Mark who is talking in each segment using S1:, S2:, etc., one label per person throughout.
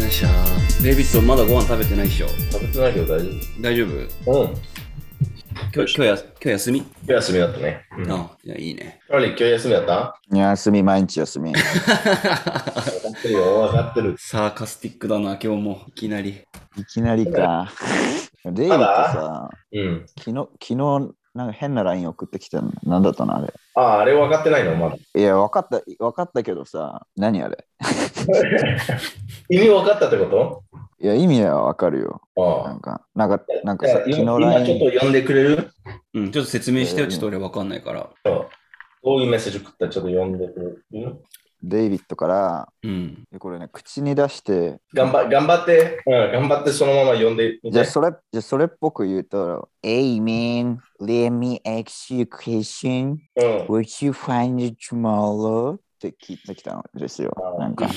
S1: よいしょデイビッドまだご飯食べてないでしょ
S2: 食べてないけど大丈
S1: 大丈夫
S2: 夫。うん。
S1: 今日今日や今日休み、
S2: 今日休みだったね。うん。
S1: ああいやいいね
S2: カロリー今日休みだった
S3: いや休み、毎日 休み。
S2: 分かってるよ、分かってる。
S1: サーカスティックだな今日もいきなり
S3: いきなり か。デイビッドさ、
S2: うん。
S3: 昨日、昨日、なんか変な LINE 送ってきたの。なんだったのあれ。
S2: ああ、あれ分かってないの、まだ。
S3: いや、分かった、分かったけどさ、何あれ。
S2: 意味分かったってこ
S3: いや、意味は分かるよ。
S2: と
S3: な
S2: ああ。
S3: んか、なんか、なんか
S2: じゃ
S3: さ
S2: あ、
S3: 昨日
S2: 今今ち
S3: LINE
S2: ょっと呼んでくれる
S1: うんちょっと説明してよ
S3: うん
S1: ちょっと俺わかんないから
S2: そうどういうメッセージ送ったらちょっと呼んでくれる
S3: デイビッドから、
S1: うん
S3: でこれね、口に出して、
S2: 頑張頑張って、うん、頑張ってそのまま呼んでみ
S3: じゃあ
S2: て。
S3: それ、じゃあそれっぽく言うと、Hey man, let me ask you a question.
S2: うん。
S3: Would you find it tomorrow? って聞いてきたのですよ。なんか、
S2: うん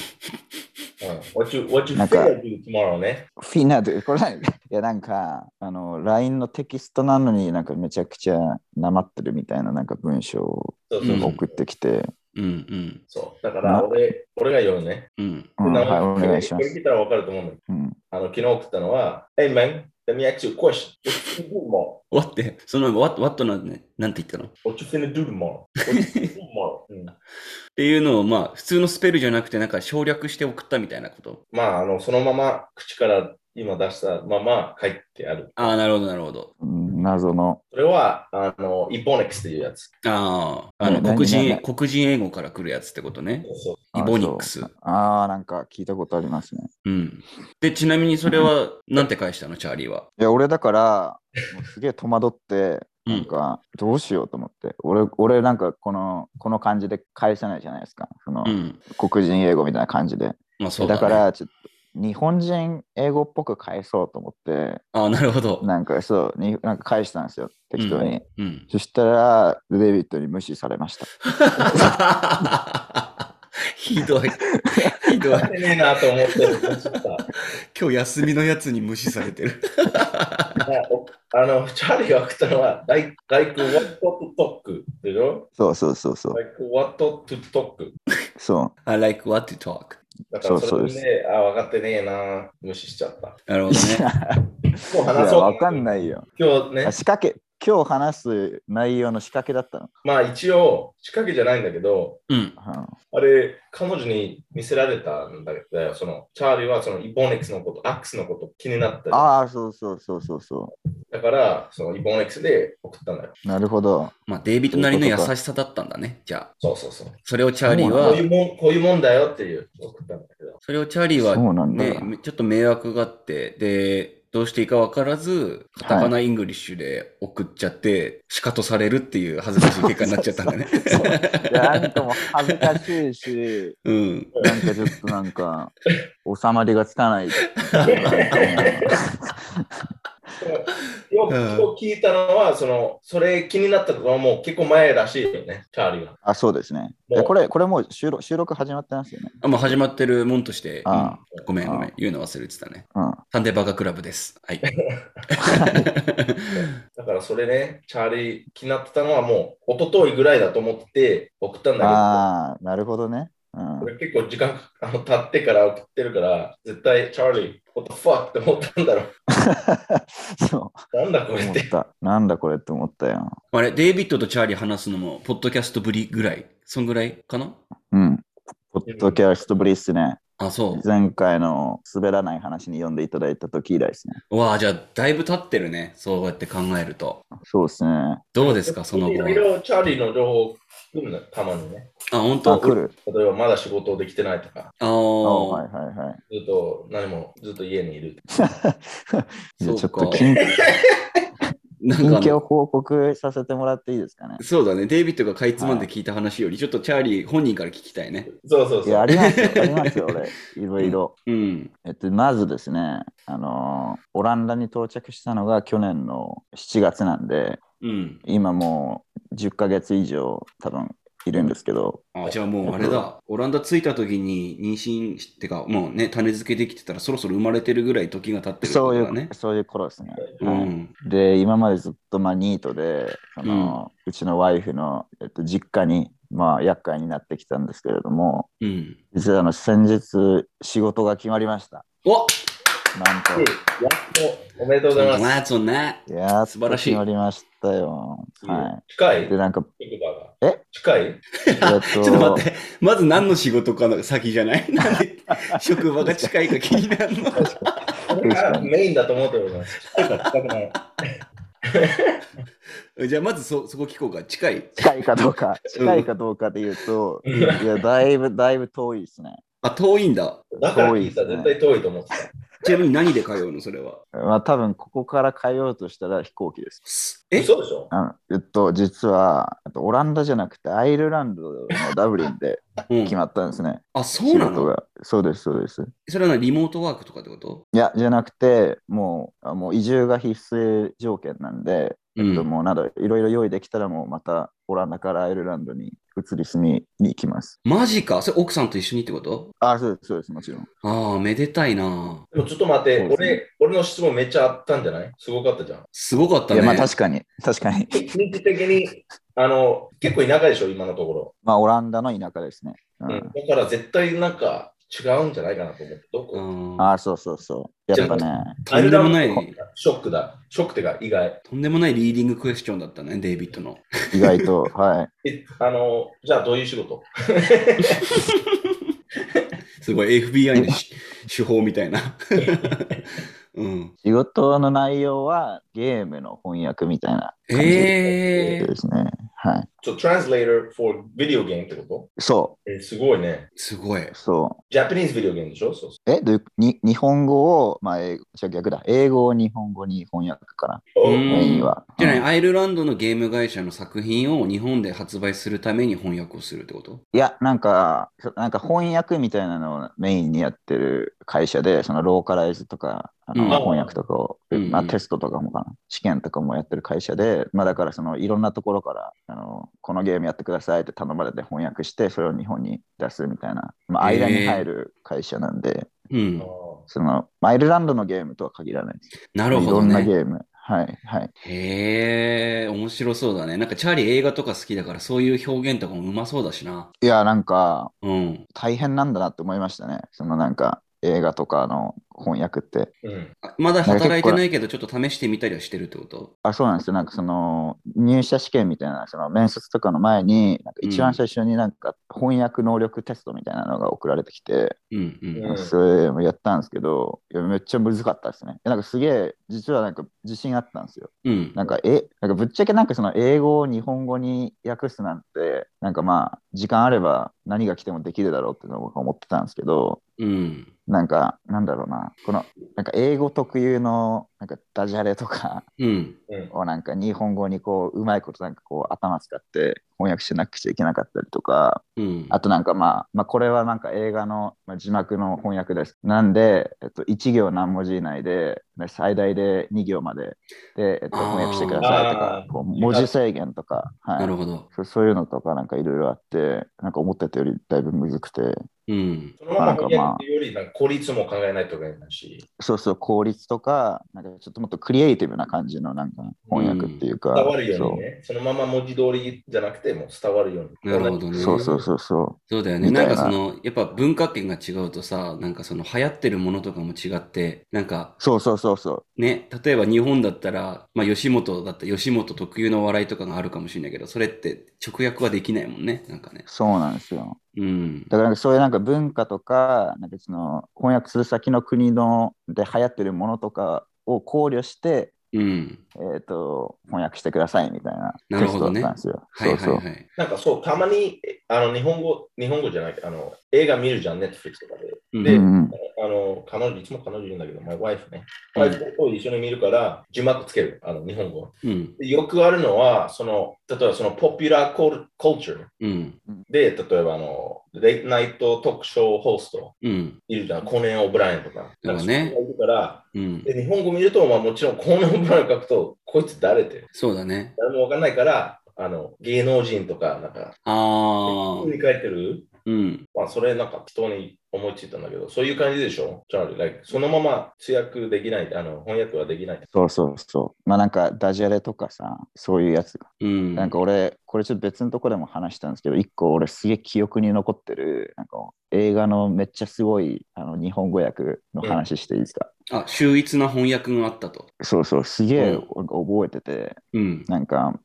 S2: What you, what you
S3: なんか
S2: feel do tomorrow ね。
S3: フィナで、 これ何、いやなんか、あの、LINE のテキストなのになんかめちゃくちゃなまってるみたいななんか文章を
S2: そうそうそう。
S3: 送ってきて、
S1: うんうん
S2: そうだから俺、俺が呼ぶね。
S1: うん
S3: うん、
S2: な
S3: は
S2: んか
S3: い、お願いしま
S2: これ
S3: す。
S2: 聞いたら分かると思うんだけど。
S3: うん、
S2: あの昨日送ったのは、Hey man, let me ask you a question. What you do tomorrow?
S1: 終わってそのわわっとなんねなんて言ったのっ
S2: What you finna do tomorrow? What you finna do tomorrow?、うん、
S1: ていうのをまあ普通のスペルじゃなくてなんか省略して送ったみたいなこと
S2: まあ、あの、そのまま口から今出したまま書いてある。
S1: ああなるほどなるほど
S3: うん謎の、
S2: それは、あの、イボネックスっていうやつ。
S1: あああの
S3: ね何
S1: 黒人
S3: 何
S1: 黒人英語から来るやつってことね
S2: そう
S1: イボニックス
S3: あそうあー、なんか聞いたことありますね。
S1: うんでちなみにそれはなんて返したのチャーリーはい
S3: や、俺だから、もうすげえ戸惑って、
S1: うん
S3: なんか、どうしようと思って、俺、俺なんかこの、この感じで返せないじゃないですか。その、
S1: うん
S3: 黒人英語みたいな感じで。
S1: まあそうだ,、
S3: だ
S1: ね、
S3: から、ちょっと、日本人英語っぽく返そうと思って、
S1: ああなるほど
S3: なんかそう、になんか返したんですよ、適当に。
S1: うん
S3: そしたら、デイビッドに無視されました。
S1: ひどい。ひどい。
S2: 書いてねえなと思ってる。
S1: 今日休みのやつに無視されてる。
S2: あの、チャーリーが送ったのは、like, like what to talk? でしょ
S3: そうそうそうそう。
S2: ?like what to talk?
S3: そ
S1: I like what to talk.
S2: だから
S3: そう
S2: そ
S3: そ
S2: れ
S3: うで
S2: ですね、あ、分かってねえな無視しちゃった。
S1: なるほ
S3: う。
S1: ど
S3: い
S1: ね。
S3: や、
S2: もう
S3: いや
S2: 話そう
S3: わかんないよ。
S2: 今日ね
S3: あ、仕掛け、今日話す内容の仕掛けだったの。
S2: まあ一応、仕掛けじゃないんだけど、
S1: うん。
S2: あれ、彼女に見せられたんだけど、そのチャーリーはそのイボネックスのこと、アックスのこと気になった
S3: う
S2: り
S3: ん、ああ、そうそうそうそうそ
S2: だから、そのイボネックスで送ったんだよ。
S3: う。なるほど。
S1: まあ、デイビッドなりの優しさだったんだね。じゃあ、
S2: そうそうそう。
S1: それをチャーリー
S2: こ
S1: は
S2: うい、うもん、こういうもんだよっていう送ったんだけど。
S1: それをチャーリーは
S3: そうなんだ
S1: ね、ちょっと迷惑があって、で、どうしていいか分からず、カタカナイングリッシュで送っちゃって、仕方されるっていう恥ずかしい結果になっちゃったんだね。
S3: いやなんかもう恥ずかしいし、
S1: うん。
S3: なんかちょっとなんか、収まりがつ かない。
S2: よく
S1: うん
S2: 今日聞いたのは、その、それ気になったのはもう結構前らしいよね、チャーリーが。
S3: あ、そうですね。
S2: もう
S3: えこれ、これもう収録収録始まってますよね。
S1: あ、もう始まってるもんとして、
S3: あ
S1: うんごめんごめ
S3: あ
S1: ん、言うの忘れてたね。
S3: うん。
S1: サンデーバカクラブです。はい。
S2: だからそれね、チャーリー気になってたのはもう、一昨日ぐらいだと思って送ったんだけど。
S3: ああ、なるほどね。うん
S2: こ、れ結構時間あの経ってから送ってるから、絶対チャーリー、what the fuck って思ったんだろう。
S3: そう、
S2: なんだこれ
S3: 思
S2: っ。
S3: ってた。なんだこれって思ったよ。
S1: あれ、デイビッドとチャーリー話すのも、ポッドキャストぶりぐらい、そんぐらいかな
S3: うん。ポッドキャストブリスね。
S1: あ、そう。
S3: 前回の滑らない話に読んでいただいた時以来ですね。
S1: うわあ、じゃあ、だいぶ経ってるね。そうやって考えると。
S3: そうですね。
S1: どうですか、その
S2: い
S1: 後
S2: ろ。
S1: はい
S2: ろチャーリーの情報来るの、たまにね。
S1: あ、本
S3: あ、
S1: 当
S3: 来る。
S2: 例えばまだ仕事できてないとか、
S1: あ
S3: あ
S1: ー
S3: はいはいはい。
S2: ずっと何もずっと家にいる。
S3: じゃあち
S1: そう
S3: ょっ
S1: か
S3: と近
S1: なんか
S3: 近
S1: あ
S3: 況
S1: の、
S3: 報告させてもらっていいですかね。
S1: そうだね。デイビッドがかいつまんで聞いた話より、ちょっとチャーリー本人から聞きたいね。
S2: そうそう
S3: い
S2: そう。
S3: や、あり ますよ、ありますよ、俺。いろいろ。
S1: うん。
S3: えっと、まずですね、あのーオランダに到着したのが去年の7月なんで、
S1: うん。
S3: 今もう10ヶ月以上多分いるんですけど、
S1: あ、じゃあもうあれだ。オランダ着いた時に妊娠しってか、もうね、種付けできてたら、そろそろ生まれてるぐらい時が経ってるって
S3: そ
S1: こ
S3: うい
S1: とだ
S3: う
S1: ね、。
S3: そういう頃ですね。
S1: う
S3: はい
S1: ん。
S3: で、今までずっとまあニートで、そのうちのワイフの、えっと、実家にまあ、厄介になってきたんですけれども、
S1: うん。
S3: 実はあの、先日、仕事が決まりました。
S1: お
S3: なんと
S2: やっ。とおめでとうございます。
S1: まあ、そんな。
S3: やっ
S1: 素
S3: と
S1: 晴らしい
S3: 決まりましたよ。は
S2: 近
S3: い。
S2: い
S3: で、なんか、
S2: ピクバーが。
S3: え
S2: 近い
S3: えっと、
S1: ちょっと待って、まず何の仕事かの先じゃない なんで職場が近いか気になるの
S2: 俺がメインだと思ってるから。近いか近くない。
S1: じゃあまずそそこ聞こうか。近い。
S3: 近いかどうか、近いかどうかで言うと、
S2: うん
S3: いや、だいぶ、だいぶ遠いですね。
S1: あ、遠いんだ。
S2: だから聞いたら絶対遠いと思ってた。
S1: ちなみに何で通うのそれは。
S3: まあ、多分、ここから通おうとしたら飛行機です。
S1: え
S2: 嘘でしょ
S3: あのえっと、実は、えっとオランダじゃなくて、アイルランドのダブリンで
S1: うん
S3: 決まったんですね。
S1: あ、そうな
S3: 仕事
S1: の
S3: が。そうです、そうです。
S1: それは何リモートワークとかってこと
S3: いや、じゃなくて、もう、あもう移住が必須条件なんで、
S1: うん
S3: えっと、もうなんだ、いろいろ用意できたら、もうまたオランダからアイルランドに移り住みに行きます。
S1: マジか。それ奥さんと一緒にってこと
S3: あ、そうです、そうです、もちろん。
S1: ああ、めでたいな。
S2: でもちょっと待って、
S3: そうですね
S2: 俺、俺の質問めっちゃあったんじゃないすごかったじゃん。
S1: すごかった
S3: い
S1: ね。
S3: や、まあ確かに、確かに。
S2: 日にち的に、あの、結構田舎でしょ、今のところ。
S3: まあ、オランダの田舎ですね。う
S2: うんん、だから絶対なんか違うんじゃないかなと思って。どこ
S1: うん
S3: あそうそうそう。やっぱね。
S1: とんでもな
S2: アイルラン
S1: い、
S2: ショックだ。ショックってか意外。
S1: とんでもないリーディングクエスチョンだったね、デイビッドの。
S3: 意外と、 はい。
S2: え、あの、じゃあどういう仕事
S1: すごい FBI の し手法みたいな。うん、
S3: 仕事の内容はゲームの翻訳みたいな感じ
S1: えー、
S3: ですね。はい。
S2: ちょ、translator for video game ってこ
S3: そ、。
S2: とえ、すごいね。
S1: すごいう
S3: そ。
S2: Japanese video game でしょそうそう
S3: え、どういうに日本語を、まあ、英語じゃあ逆だ。英語を日本語に翻訳かな。
S2: う。
S1: う
S3: メ
S1: ん
S3: インは。
S1: じゃない、
S3: うん
S1: アイルランドのゲーム会社の作品を日本で発売するために翻訳をするってこと
S3: いや、なんか、なんか翻訳みたいなのをメインにやってる会社で、そのローカライズとか、あ
S1: うん
S3: の翻訳とかを、
S1: うん
S3: まあ、テストとかもかな、試験とかもやってる会社で、まあ、だからそのいろんなところからあの、このゲームやってくださいって頼まれて翻訳して、それを日本に出すみたいな、まあ、
S1: へー
S3: 間に入る会社なんで、
S1: うん。
S2: あ
S3: そのまあアイルランドのゲームとは限らないです。
S1: なる
S3: い
S1: ほ
S3: ろ
S1: ど
S3: んなゲ
S1: ね。
S3: ーム。はい、はい。
S1: へえ、面白そうだね。なんかチャーリー映画とか好きだからそういう表現とかもうまそうだしな。
S3: いや、なんか、
S1: うん。
S3: 大変なんだなって思いましたね。そのなんか、映画とかの翻訳って。
S2: ーうん。
S1: あまだ働いてないけど、ちょっと試してみたりはしてるってこと
S3: あそうなんですよ。なんかその入社試験みたいな、その面接とかの前に、なんか一番最初になんか翻訳能力テストみたいなのが送られてきて、
S1: うんうん。
S2: うん
S3: それもやったんですけど、いやめっちゃ難かったですね。なんかすげえ、実はなんか自信あったんですよ。
S1: うん。
S3: なんか、え、なんかぶっちゃけなんかその英語を日本語に訳すなんて、なんかまあ、時間あれば何が来てもできるだろうっていうのを僕は思ってたんですけど、
S1: うん。
S3: なんか、なんだろうな、この、なんか英語特有の、なんかダジャレとか、
S1: うん。
S2: うん。
S3: をなんか日本語にこううまいことなんかこう頭使って翻訳しなくちゃいけなかったりとか
S1: うん。
S3: あとなんかまあ、まあ、これはなんか映画の、まあ、字幕の翻訳ですなんで、えっと、1行何文字以内でで最大で2行までで、えっと、
S1: あー
S3: 翻訳してくださいとか
S2: あー
S3: こう文字制限とか、は
S1: ないる、ほど。
S3: そうそういうのとかなんかいろいろあってなんか思ってたよりだいぶむずくて
S1: うん。
S2: そのまま翻訳よりなんか効率も考えないといけないし。
S3: そうそう効率とかなんかちょっともっとクリエイティブな感じのなんか翻訳っていうか、
S2: 伝わるよう
S3: そ
S2: にね。そのまま文字通りじゃなくて、もう伝わるように。
S1: なるほど
S3: う
S1: ね
S3: そうそうそうそう
S1: そうだよね。
S3: みた
S1: ないん
S3: な
S1: かその、やっぱ文化圏が違うとさ、なんかその流行ってるものとかも違って、なんか
S3: そうそうそうそう
S1: ね、例えば日本だったら、まあ吉本だったら吉本特有の笑いとかがあるかもしれないけど、それって直訳はできないもんね。なんかね。
S3: そうなんですよ。
S1: うん。
S3: だからなんかそういうなんか文化とか、なんかその翻訳する先の国ので流行ってるものとかを考慮して、
S1: うん。
S3: えー、と翻訳してくださいみたいな
S1: なる
S3: テス
S1: ほ
S3: トだ
S1: ど
S3: っ
S1: ね
S3: たんですよ。
S1: はいはい
S3: そう
S1: は
S3: そう。
S1: い。
S2: なんかそう、たまに、えあの、日本語、日本語じゃない、あの、映画見るじゃん、ネットフリックスとかで。
S1: うん
S2: で
S3: うんうん、
S2: あの、彼女、いつも彼女いるんだけど、my wife ね。
S1: うん
S2: wife と一緒に見るから、字幕つける、あの、日本語。
S1: うん。
S2: でよくあるのは、その、例えばその、ポピュラーコルコルチャー
S1: うん。
S2: で、例えばあの、レイトナイト特賞ホスト、
S1: うん。
S2: いるじゃん、コネン・オブライアンとか。
S1: そうだね
S2: なんかそういうのがいるから、
S1: うん。
S2: で日本語見ると、まあもちろんコネン・オブライアン書くと、こいつ誰って。
S1: そうだね。
S2: 誰もわかんないから、あの、芸能人とか、なんか、
S1: あ
S2: 本
S1: ー
S2: に書いてる
S1: うん。
S2: まあ、それなんか人に思いついたんだけど、そういう感じでしょチャーリー、like そのまま通訳できない、あの、翻訳はできない。
S3: そうそうそう。まあなんかダジャレとかさ、そういうやつが。
S1: うん。
S3: なんか俺、これちょっと別のとこでも話したんですけど、一個俺すげえ記憶に残ってる、なんか映画のめっちゃすごいあの日本語訳の話していいですか、
S1: あ、秀逸な翻訳があったと。
S3: そうそう、すげ
S1: う
S3: えなんんか覚えてて、
S1: うん。
S3: なんか、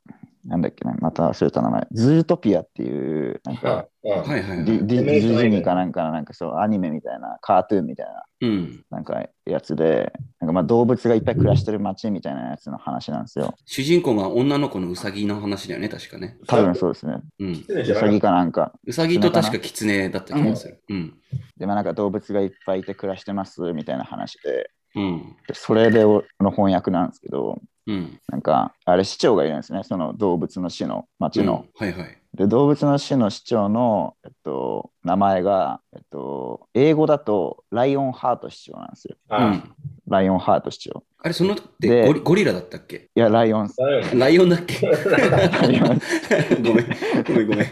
S3: なんだっけな、また忘れた名前。ズートピアっていう、なんか、
S2: うんうん
S1: はいはいは
S3: デ
S1: い
S3: ィ。ディ
S2: アメリカ
S3: デ
S2: 映
S3: ィ
S2: 画
S3: ズニーかなんかのなんかそうアニメみたいなカートゥーンみたいな
S1: うん。
S3: なんかやつでなんかまあ動物がいっぱい暮らしてる街みたいなやつの話なんですよ
S1: 主人公が女の子のウサギの話だよね、確かね。
S3: 多分そうですね
S1: うん。
S2: 失礼じ
S3: ウ
S2: ゃなか
S3: サ
S2: った
S3: ギかなんか
S1: ウサギと確かキツネだった気がする。うん。
S3: でまあなんか動物がいっぱいいて暮らしてますみたいな話で
S1: うん。
S3: でそれでおの翻訳なんですけど
S1: うん。
S3: なんかあれ市長がいるんですねその動物の市の町の、
S1: うんはいはい。
S3: で動物の市の市長の、えっと、名前が、えっと、英語だとライオンハート市長なんですよ
S1: う
S2: あ、
S1: ん。
S3: ライオンハート市長
S1: あれ、そのって
S3: で
S1: ゴリゴリラだったっけ
S3: いやライオン
S2: だよね
S1: ライオンだっけ
S3: ライオン
S1: ごめん。ごめんごめん。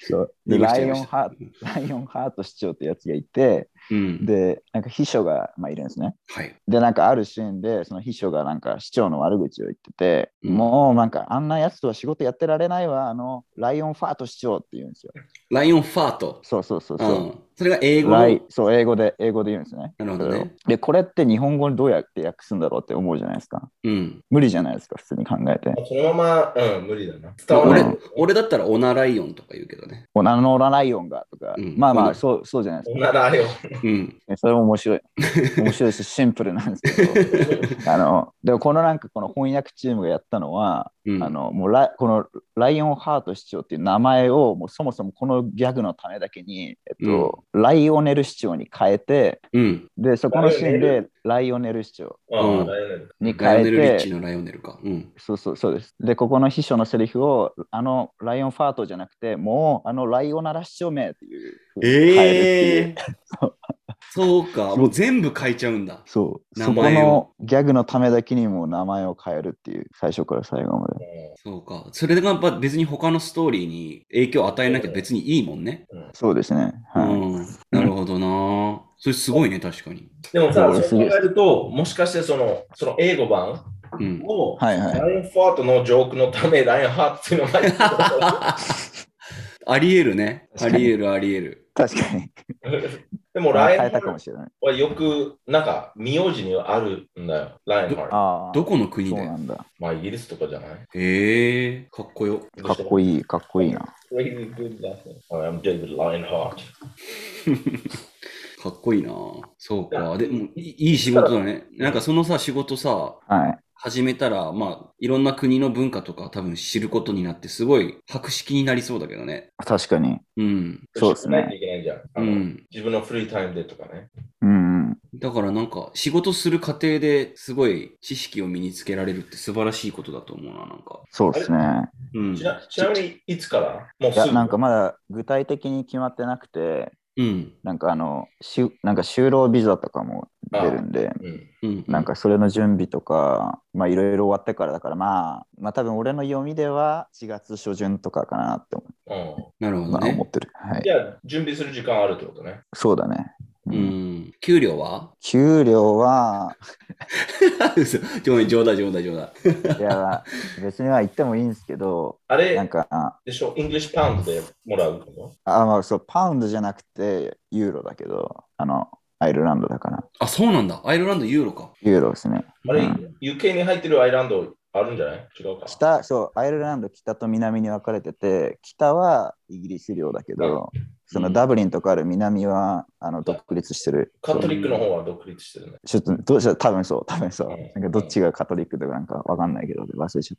S3: そうで
S1: 見ま
S3: ラ
S1: した
S3: イオンハート、ライオンハート市長ってやつがいて、
S1: うん。
S3: で、なんか秘書が、まあ、いるんですね。
S1: はい。
S3: で、なんかあるシーンで、その秘書がなんか市長の悪口を言ってて、
S1: うん
S3: もうなんかあんなやつとは仕事やってられないわ、あの、ライオンファート市長って言うんですよ。
S1: ライオンファート。
S3: そうそうそう
S1: う
S3: そ
S1: ん。それが英
S3: う。
S1: 語
S3: ラ
S1: の
S3: イ。そう英語で、英語で言うんですね。
S1: なるほど
S3: それを
S1: ね。
S3: で、これって日本語にどうやって訳すんだろうって思うじゃないですか。
S1: うん。
S3: 無理じゃないですか、普通に考えて。
S2: そのまま、うん、無理だな。伝
S1: まあ
S2: わら
S1: 俺
S2: ない。
S1: 俺だったらオナライオンとか言うけど ね。
S3: おあのライオンがとか、
S1: うん
S3: まあま
S1: うん
S3: あ、そう、そうじゃないですか
S2: お。ならよ。
S1: うん。
S3: ねそれも 面白い。面白いし、シンプルなんですけど。あの、でもこのなんかこの翻訳チームがやったのは、
S1: うん、
S3: あの、もうラこのライオンハート市長っていう名前を、もうそもそもこのギャグのためだけに、えっと、ライオネル市長に変えて、
S1: うん。
S3: で、そこのシーンでライオネル市長
S2: う
S1: うん
S2: ん、だよね
S3: に
S1: ライ
S3: 変
S1: オネ
S3: え
S1: ル・リッチ
S3: て、
S1: のライオネルか。うん。
S3: そうそうそうです。で、ここの秘書のセリフを、あのライオンファートじゃなくて、もうあのライオナラ市長名っていう風に変えるっていう。
S1: ええそうか、もう全部変えちゃうんだ。
S3: そう。
S1: 名
S3: そこ
S1: 前を
S3: のギャグのためだけにも名前を変えるっていう、最初から最後まで。
S1: そうか。それがまあ別に他のストーリーに影響を与えなきゃ別にいいもんね。
S3: そうですね。はい。
S1: うん。なるほどな。それすごいね、確かに。
S2: でもさ、
S3: そうです
S2: そう考えると、もしかしてその、その英語版
S1: うん。
S2: を、
S3: はいはい
S2: ライオンファートのジョークのため、ライオンハートっていうのが
S1: ありえるね。あ
S3: 確かに
S1: りえる、ありえる。
S3: 確かに。
S2: でも、ライオン
S3: 変え
S2: ハ
S3: た
S2: ー
S3: か
S2: ト
S3: もしれない。
S2: はよく、なんか、名字にはあるんだよ。ライオンハート。
S3: ああ。
S1: どこの国
S3: そう
S1: で
S3: なんだ。
S2: まあ、イギリスとかじゃない
S1: ええかっこよ。
S3: かっこ
S2: いい。
S3: いい、かっこいいな。
S2: Really good last name. I'm David Lionheart.
S1: かっこいいな。そうか。でも、いいい仕事だね。なんかそのさ、仕事さ、
S3: はい。
S1: 始めたら、まあ、いろんな国の文化とか多分知ることになって、すごい博識になりそうだけどね。
S3: 確かに。
S1: うん。
S3: そうですね
S2: 知らないといけないじゃん。あ
S1: う
S2: の
S1: ん。
S2: 自分のフリータイムでとかね。
S3: うんうん。
S1: だからなんか、仕事する過程ですごい知識を身につけられるって素晴らしいことだと思うな、なんか。
S3: そうですね。
S1: うん
S2: ち。なちなみに、いつからもう
S3: い
S2: す
S3: や、
S2: ぐ。
S3: なんかまだ具体的に決まってなくて、
S1: うん。
S3: なんかあの、しゅなんか就労ビザとかも出るんで、
S2: うん、
S1: うん。
S3: なんかそれの準備とか、まあいろいろ終わってからだから、まあ、まあ多分俺の読みでは4月初旬とかかなって
S2: う
S3: 思
S2: ん。
S1: なる
S3: う
S1: ほど
S3: まあ
S1: ね
S3: 思っ。てる。はい
S2: じ。ゃあ、準備する時間あるってことね。
S3: そうだね。
S1: う
S3: うん
S1: ん。給料は
S3: 給料は、
S1: 嘘ごめん冗談、冗談、冗談。
S3: いや、別には言ってもいいんですけど、
S2: あれ
S3: なんか、
S2: でしょ、イングリッシュパウンドでもらうの
S3: あ、まあそう、パウンドじゃなくて、ユーロだけど、あの、アイルランドだから、
S1: あ、そうなんだ。アイルランドユーロか。
S3: ユーロですね。
S2: あれ、
S3: うん
S2: UK に入ってるアイランドあるんじゃない違うか。
S3: 北、そう、アイルランド北と南に分かれてて、北はイギリス領だけど、そのダブリンとかある南は、あの、独立してる。
S2: カトリックの方は独立してるね。
S3: ちょっと、どうした多分そう、多分そうう。
S2: ん
S3: なんかどっちがカトリックとかなんかわかんないけど、忘れちゃっ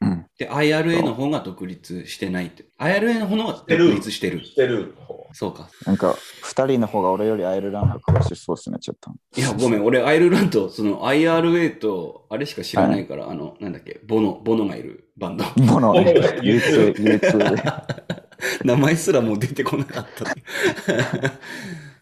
S3: た。うん。
S1: で、IRA の方が独立してないって。IRA の方が独立してる。
S2: してる方。
S1: そうか。
S3: なんか、二人の方が俺よりアイルランド詳しそうですね、ちょっと。
S1: いや、ごめん、俺、アイルランド、その IRA と、あれしか知らないから、あの、なんだっけ、ボノ、ボノがいるバンド。
S3: もの、 ね
S2: もの、
S3: 流通、流通。
S1: 名前すらもう出てこなかった。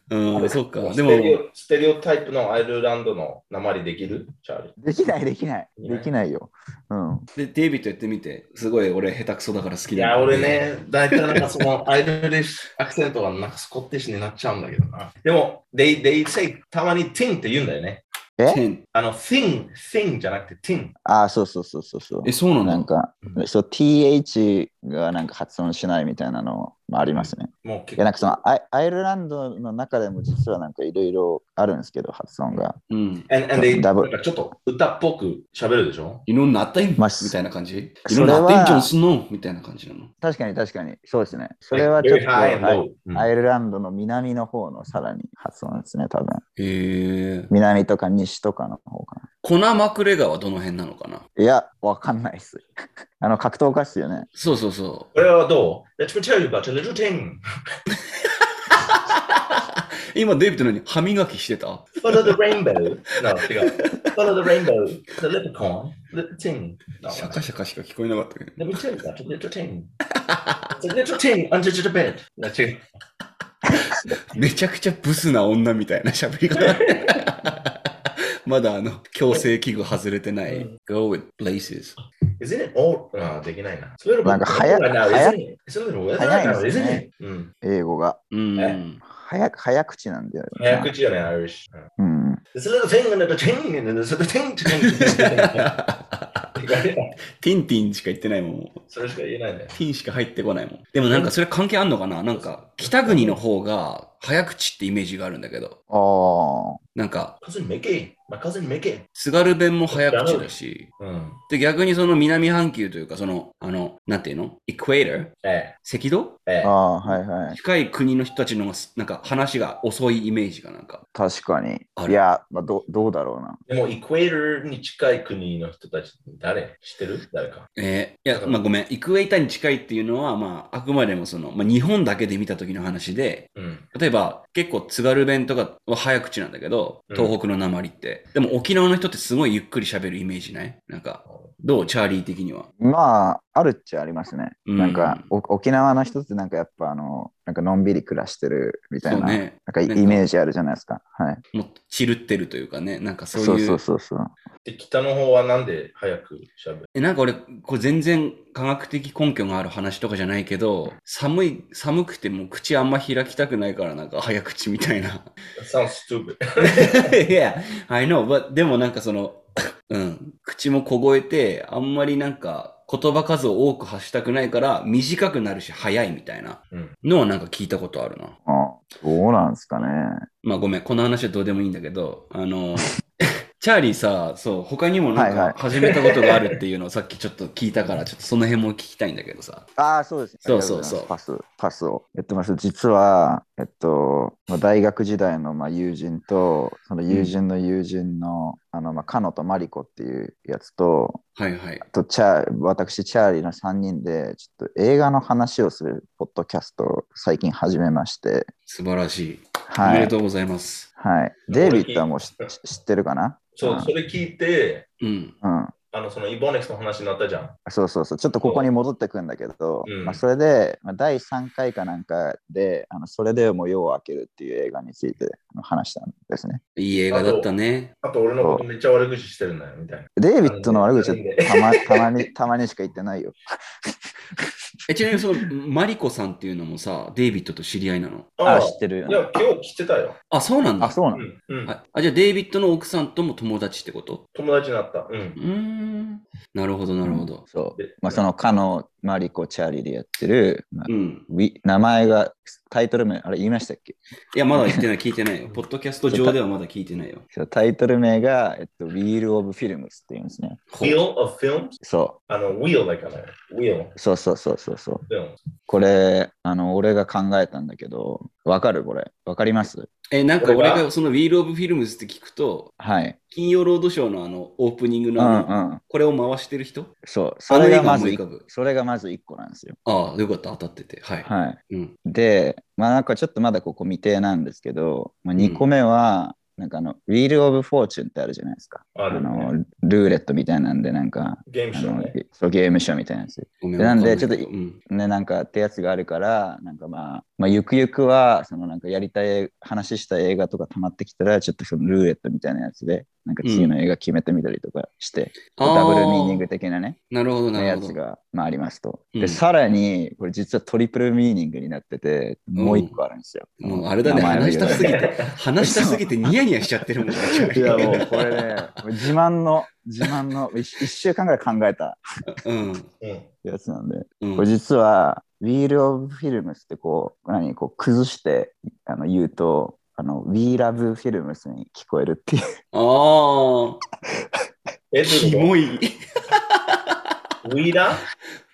S1: うん、そうか。で
S2: ス
S1: も、
S2: テレオ、ステレオタイプのアイルランドの鉛できるチャーリー。
S3: できない、できない。できないよ。うん。
S1: でデイビッドやってみて、すごい俺下手くそだから好き
S2: い
S1: だ。
S2: や、俺。ね、大体なんかその アイルリッシュアクセントがなんかスコティッシュになっちゃうんだけどな。でも、they, they say たまに ting って言うんだよね。
S1: テン
S2: あの、thing, thing じゃなくて ting。
S3: ああ、そうそうそうそうそう。
S1: え、そうな
S3: なんん
S1: だ。
S3: か
S2: う、
S3: そう、th がなんか発音しないみたいなのもありますね。
S2: もう結
S3: いや、なんかそのアイアイルランドの中でも実はなんかいろいろあるんですけど、発音が。
S1: うん。
S2: and, and they,
S3: ダブル
S2: なんかちょっと歌っぽく喋るでしょ
S1: いろんなあったんみ
S3: まあす
S1: たいな感じ。い
S3: そ
S1: ろん
S3: れ
S1: な
S3: は
S1: あったんちょんすんのみたいな感じなの。
S3: 確かに確かに、そうですね。それはちょっと、
S2: Very high and
S3: はい
S2: low うん
S3: アイルランドの南の方のさらに発音ですね、多分。
S1: へえ。
S3: 南とか西とかの方かな。
S1: コナー・マクレガーはどの辺なのかない
S3: や、わかんないっす。 あの、格闘家っすよね。
S1: そうそうそ
S2: これはどう ?Let me tell you about a little ting.
S1: う。今、デイビッド何歯磨きしてた
S2: Follow the rainbow. No, 違う。Follow the rainbow. The leprechaun. The ting. No,
S1: シャカシャカしか聞こえなかったけど。
S2: Let me tell you about a little ting. It's a little ting under the bed. な違う。
S1: めちゃくちゃブスな女みたいな喋り方。 まだあの、強制器具外れてない。Go with places.
S2: Isn't it all? ああ、できないな。It's a little bit
S3: なんか早
S2: weather
S3: く
S2: now,
S3: 早
S2: isn't it? It's a little weather
S3: 早い
S2: now,
S3: です
S2: isn't
S3: ね
S2: it? うん
S3: 英語が。
S1: うん。
S3: 早く早口なんだよ、ね。
S2: 早口じゃない、Irish。うん
S3: うん。
S2: It's a little ting under the ting and it's a little ting ting.
S1: ティンティンしか言ってないもん。もう
S2: それしか言えないね。
S1: ティンしか入ってこないもん。でもなんかそれ関係あんのかななんか、北国の方が早口ってイメージがあるんだけど。
S3: あ
S1: なんか、
S2: Cousin Mickey. My cousin Mickey.
S1: 津軽弁も早口だし。
S2: うん。
S1: で、逆にその南半球というか、その、あの、なんていうのエクエイター
S2: え
S1: 赤道
S2: え。ええ
S3: あ、あ。あ、はいはい。
S1: 近い国の人たちの方がす、なんか話が遅いイメージがなんか。
S3: 確かに
S1: あ。る
S3: いや、まあ、どどうだろうな。
S2: でも、イクエイターに近い国の人たち、誰知ってる誰か。
S1: えーいや、まあごめん。イクエイターに近いっていうのは、まあ、あくまでもその、まあ日本だけで見た時の話で、
S2: うん。
S1: 例えば結構津軽弁とかは早口なんだけど
S2: うん
S1: 東北の鉛って、でも沖縄の人ってすごいゆっくり喋るイメージないなんかどうチャーリー的には
S3: まあ、あるっちゃありますね。
S1: うん
S3: なんか、お沖縄の人ってなんかやっぱ、あの、なんかのんびり暮らしてるみた
S1: そ
S3: いうな、
S1: ね
S3: なんかイメージあるじゃないですか。はい。
S1: もうチルってるというかねなんかそういう
S3: そうそうそうそう。
S2: で、北の方はなんで早くしゃべる
S1: えなんか俺これ全然科学的根拠がある話とかじゃないけど寒い寒くてもう口あんま開きたくないからなんか早口みたいな
S2: That sounds stupid.
S1: いや I know but でもなんかそのうん口も凍えてあんまりなんか言葉数を多く発したくないから短くなるし早いみたいな
S2: うん。
S1: のはなんか聞いたことあるな。
S3: あどうなんですかね。
S1: まあごめん、この話はどうでもいいんだけど、あの、 チャーリーさ、そう、他にもなん
S3: はいは
S1: か
S3: い
S1: 始めたことがあるっていうのをさっきちょっと聞いたから、ちょっとその辺も聞きたいんだけどさ。
S3: ああ、そうですね。
S1: そうそうそう
S3: ありがとございますパス、パスをやってます。実は、えっと、まあ、大学時代のまあ友人と、その友人の友人の、あの、まあ、カノとマリコっていうやつと、
S1: はいはい。
S3: あとチャー私、チャーリーの3人で、ちょっと映画の話をするポッドキャストを最近始めまして、
S1: 素晴らしい。お
S3: は
S1: めで
S3: い。
S1: とうございます。
S3: はい、デイビッドはもう知知ってるかな
S2: そう、それ聞いて、
S1: うん。
S3: うん。
S2: あの、そのイボネックスの話になったじゃん。
S3: そうそうそう、ちょっとここに戻ってくんだけど、
S2: うん
S3: まあ、それで、まあ、第3回かなんかで、あのそれでも夜を明けるっていう映画について話したんですね。
S1: いい映画だったね。
S2: あと、俺のことめっちゃ悪口してるんだよ、みたいな。
S3: デイビッドの悪口は
S2: あのね
S3: たまたまにたまにしか言ってないよ。
S1: え、ちなみにその、マリコさんっていうのもさ、デイビッドと知り合いなの。
S3: あ知ってるよ
S2: いや
S3: ね。、
S2: 今日来てたよ。
S1: あ、そうなんだ。
S3: あ、そうな
S2: う
S3: の、
S2: ん。うん。
S1: ああじゃあ、デイビッドの奥さんとも友達ってこと
S2: 友達になった。
S1: う。
S2: うん
S1: ーん。なるほど、なるほど。
S3: そう。
S2: で
S3: まあ、その、カノ、マリコ、チャーリーでやってる、まあ
S1: うん。
S3: ウィ名前が、タイトル名、あれ言いましたっけ
S1: いや、まだ言ってない、聞いてない よ。ポッドキャスト上ではまだ聞いてないよ。
S3: そうタイトル名が、えっと、Wheel of Films っていうんですね。
S1: ほう
S2: Wheel of Films?
S3: そ
S2: あの、Wheel だからね。Wheel
S3: う、そうそうそうそうそう。
S2: Films。
S3: これ、あの、俺が考えたんだけど、わかるこれ。わかります
S1: え、なんか
S2: こ
S1: 俺
S2: れが
S1: がその Wheel of Films って聞くと、
S3: はい。
S1: 金曜ロードショーのあのオープニング
S3: う
S1: のあの
S3: んうん。
S1: これを回してる人
S3: そう。
S1: あ
S3: そ
S1: の
S3: れ
S1: 映
S3: が
S1: 画
S3: ま
S1: も
S3: ず
S1: 浮
S3: い
S1: か、ぶ。
S3: それがまず1個なんですよ。
S1: ああ、よかった、当たってて。はい。
S3: はい。
S1: うん。
S3: で、まあなんかちょっとまだここ未定なんですけど、まあ、2個目は、なんかあの、Wheel of Fortune ってあるじゃないですか。
S2: あ
S3: あ
S2: るね、
S3: の、ルーレットみたいなんで、なんか、
S2: ゲーム
S3: あ
S2: ショー
S3: の
S2: ね。
S3: そうゲームショーみたいなやつ。
S1: ごめ
S3: でなんで
S1: わかけど
S3: ちょっ
S1: う
S3: と
S1: ん
S3: ね、なんかってやつがあるから、なんかまあ、まあ、ゆくゆくは、そのなんかやりたい、話したい映画とか溜まってきたら、ちょっとそのルーレットみたいなやつで、なんか次の映画決めてみたりとかして、
S1: あー
S3: ダブルミーニング的なね、
S1: なるほど、な
S3: や
S1: るほ
S3: つ
S1: ど。
S3: が、まあ、ありますと。
S1: う
S3: で、
S1: ん
S3: さらに、これ実はトリプルミーニングになってて、もう一個あるんですよ。
S1: もうあれだね、
S3: 名前
S1: 話
S3: だ
S1: し
S3: け
S1: た
S3: ど
S1: すぎて、話したすぎてニヤニヤしちゃって るもんね。
S3: いやもうこれね、自慢の、自慢の、一一週間ぐらい考えた
S1: うん。
S2: うん。
S3: やつなんで、
S1: うん
S3: これ実は、We Love Films ってこう、何、こう崩してあの言うと、あの、We Love Films に聞こえるっていう。
S1: あ
S2: え、
S1: あ、
S2: どうい
S1: キ
S2: うこ
S1: モい。
S2: とウィーラー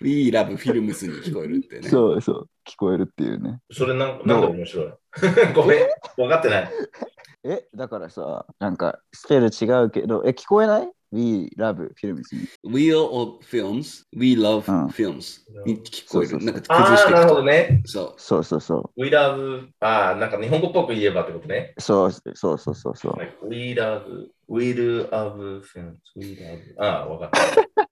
S1: We love films に聞こえるってね。う。
S3: そうそう、聞こえるっていうね。
S2: それなんなんで面白いごめん、分かってない。
S3: え、だからさ、なんか、スペル違うけど、え、聞こえない ?We Love Films に。
S1: We love films, we
S3: う
S1: love
S3: ん
S1: films に聞こえ
S3: そうそう
S1: る。
S3: そう
S1: なんか崩
S2: あ
S1: し
S2: あ、
S1: て
S2: な
S1: る
S2: るほどね。
S1: そ
S3: そうそうそ
S2: We love, ああ、なんか日本語っぽく言えばってことね。
S3: う。そうそうそうそうそう。
S2: Like, we love, we do love films, we love. ああ、分かった。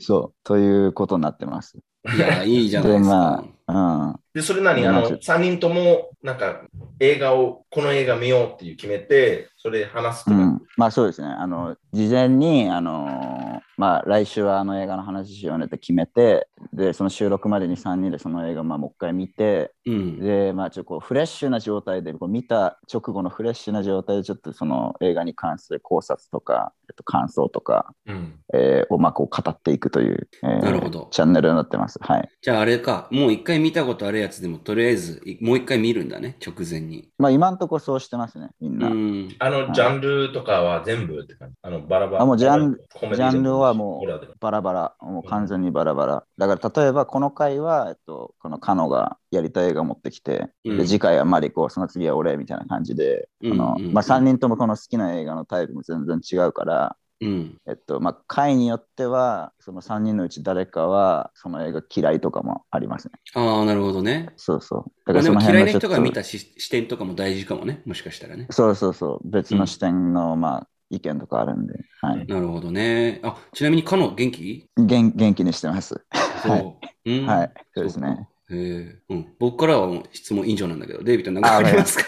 S3: そう。ということになってます。
S1: う。いや、いいじゃないですか。
S3: うん。
S2: で、それなに、あ
S3: うん
S2: の、3人とも、なんか、映画を、この映画見ようっていう決めて、それ話すと
S3: う
S2: か。
S3: ん、まあそうですね。あの、事前に、あのーまあ来週はあの映画の話しようねって決めて、で、その収録までに3人でその映画、まあもう一回見て、
S1: うん。
S3: で、まあちょっとこうフレッシュな状態で、こう見た直後のフレッシュな状態で、ちょっとその映画に関する考察とか、えっと、感想とか、
S2: うん。
S3: えーをまあこう語っていくという、えー
S1: なるほど
S3: チャンネルになってます。はい。
S1: じゃああれか、もう一回見たことあるやつでも、とりあえずいもう一回見るんだね、直前に。
S3: まあ今んとこそうしてますね、みん
S1: う
S3: な。
S1: ん。
S2: あの、ジャンルとかは全部って感じ。あの、バラバラ。
S3: あもうジャン
S2: コメディ
S3: ジャンルはもう
S2: ホラーでも
S3: バラバラ、もう完全にバラバラ。だから例えばこの回は、えっと、このカノがやりたい映画持ってきて、
S1: うん
S3: で次回はマリコ、その次は俺みたいな感じで、
S1: うん
S3: あの
S1: うん
S3: まあ、3人ともこの好きな映画のタイプも全然違うから、
S1: うん。
S3: えっとまあ、回によっては、その3人のうち誰かはその映画嫌いとかもありますね。
S1: ああ、なるほどね。
S3: そうそう。だ
S1: まあ、でも嫌いな
S3: はちょ
S1: 人
S3: っと
S1: が見たし視点とかも大事かもね、もしかしたらね。
S3: そうそうそう、別の視点の、まあ、意見とかあるんで、はい
S2: うん
S1: なるほどね。あ、ちなみに、かの元気
S3: 元元気にしてます。
S1: そう。うん
S3: はい、そうですね。
S1: へえうん、僕からはもう質問以上なんだけど、デイビッドなんかありますか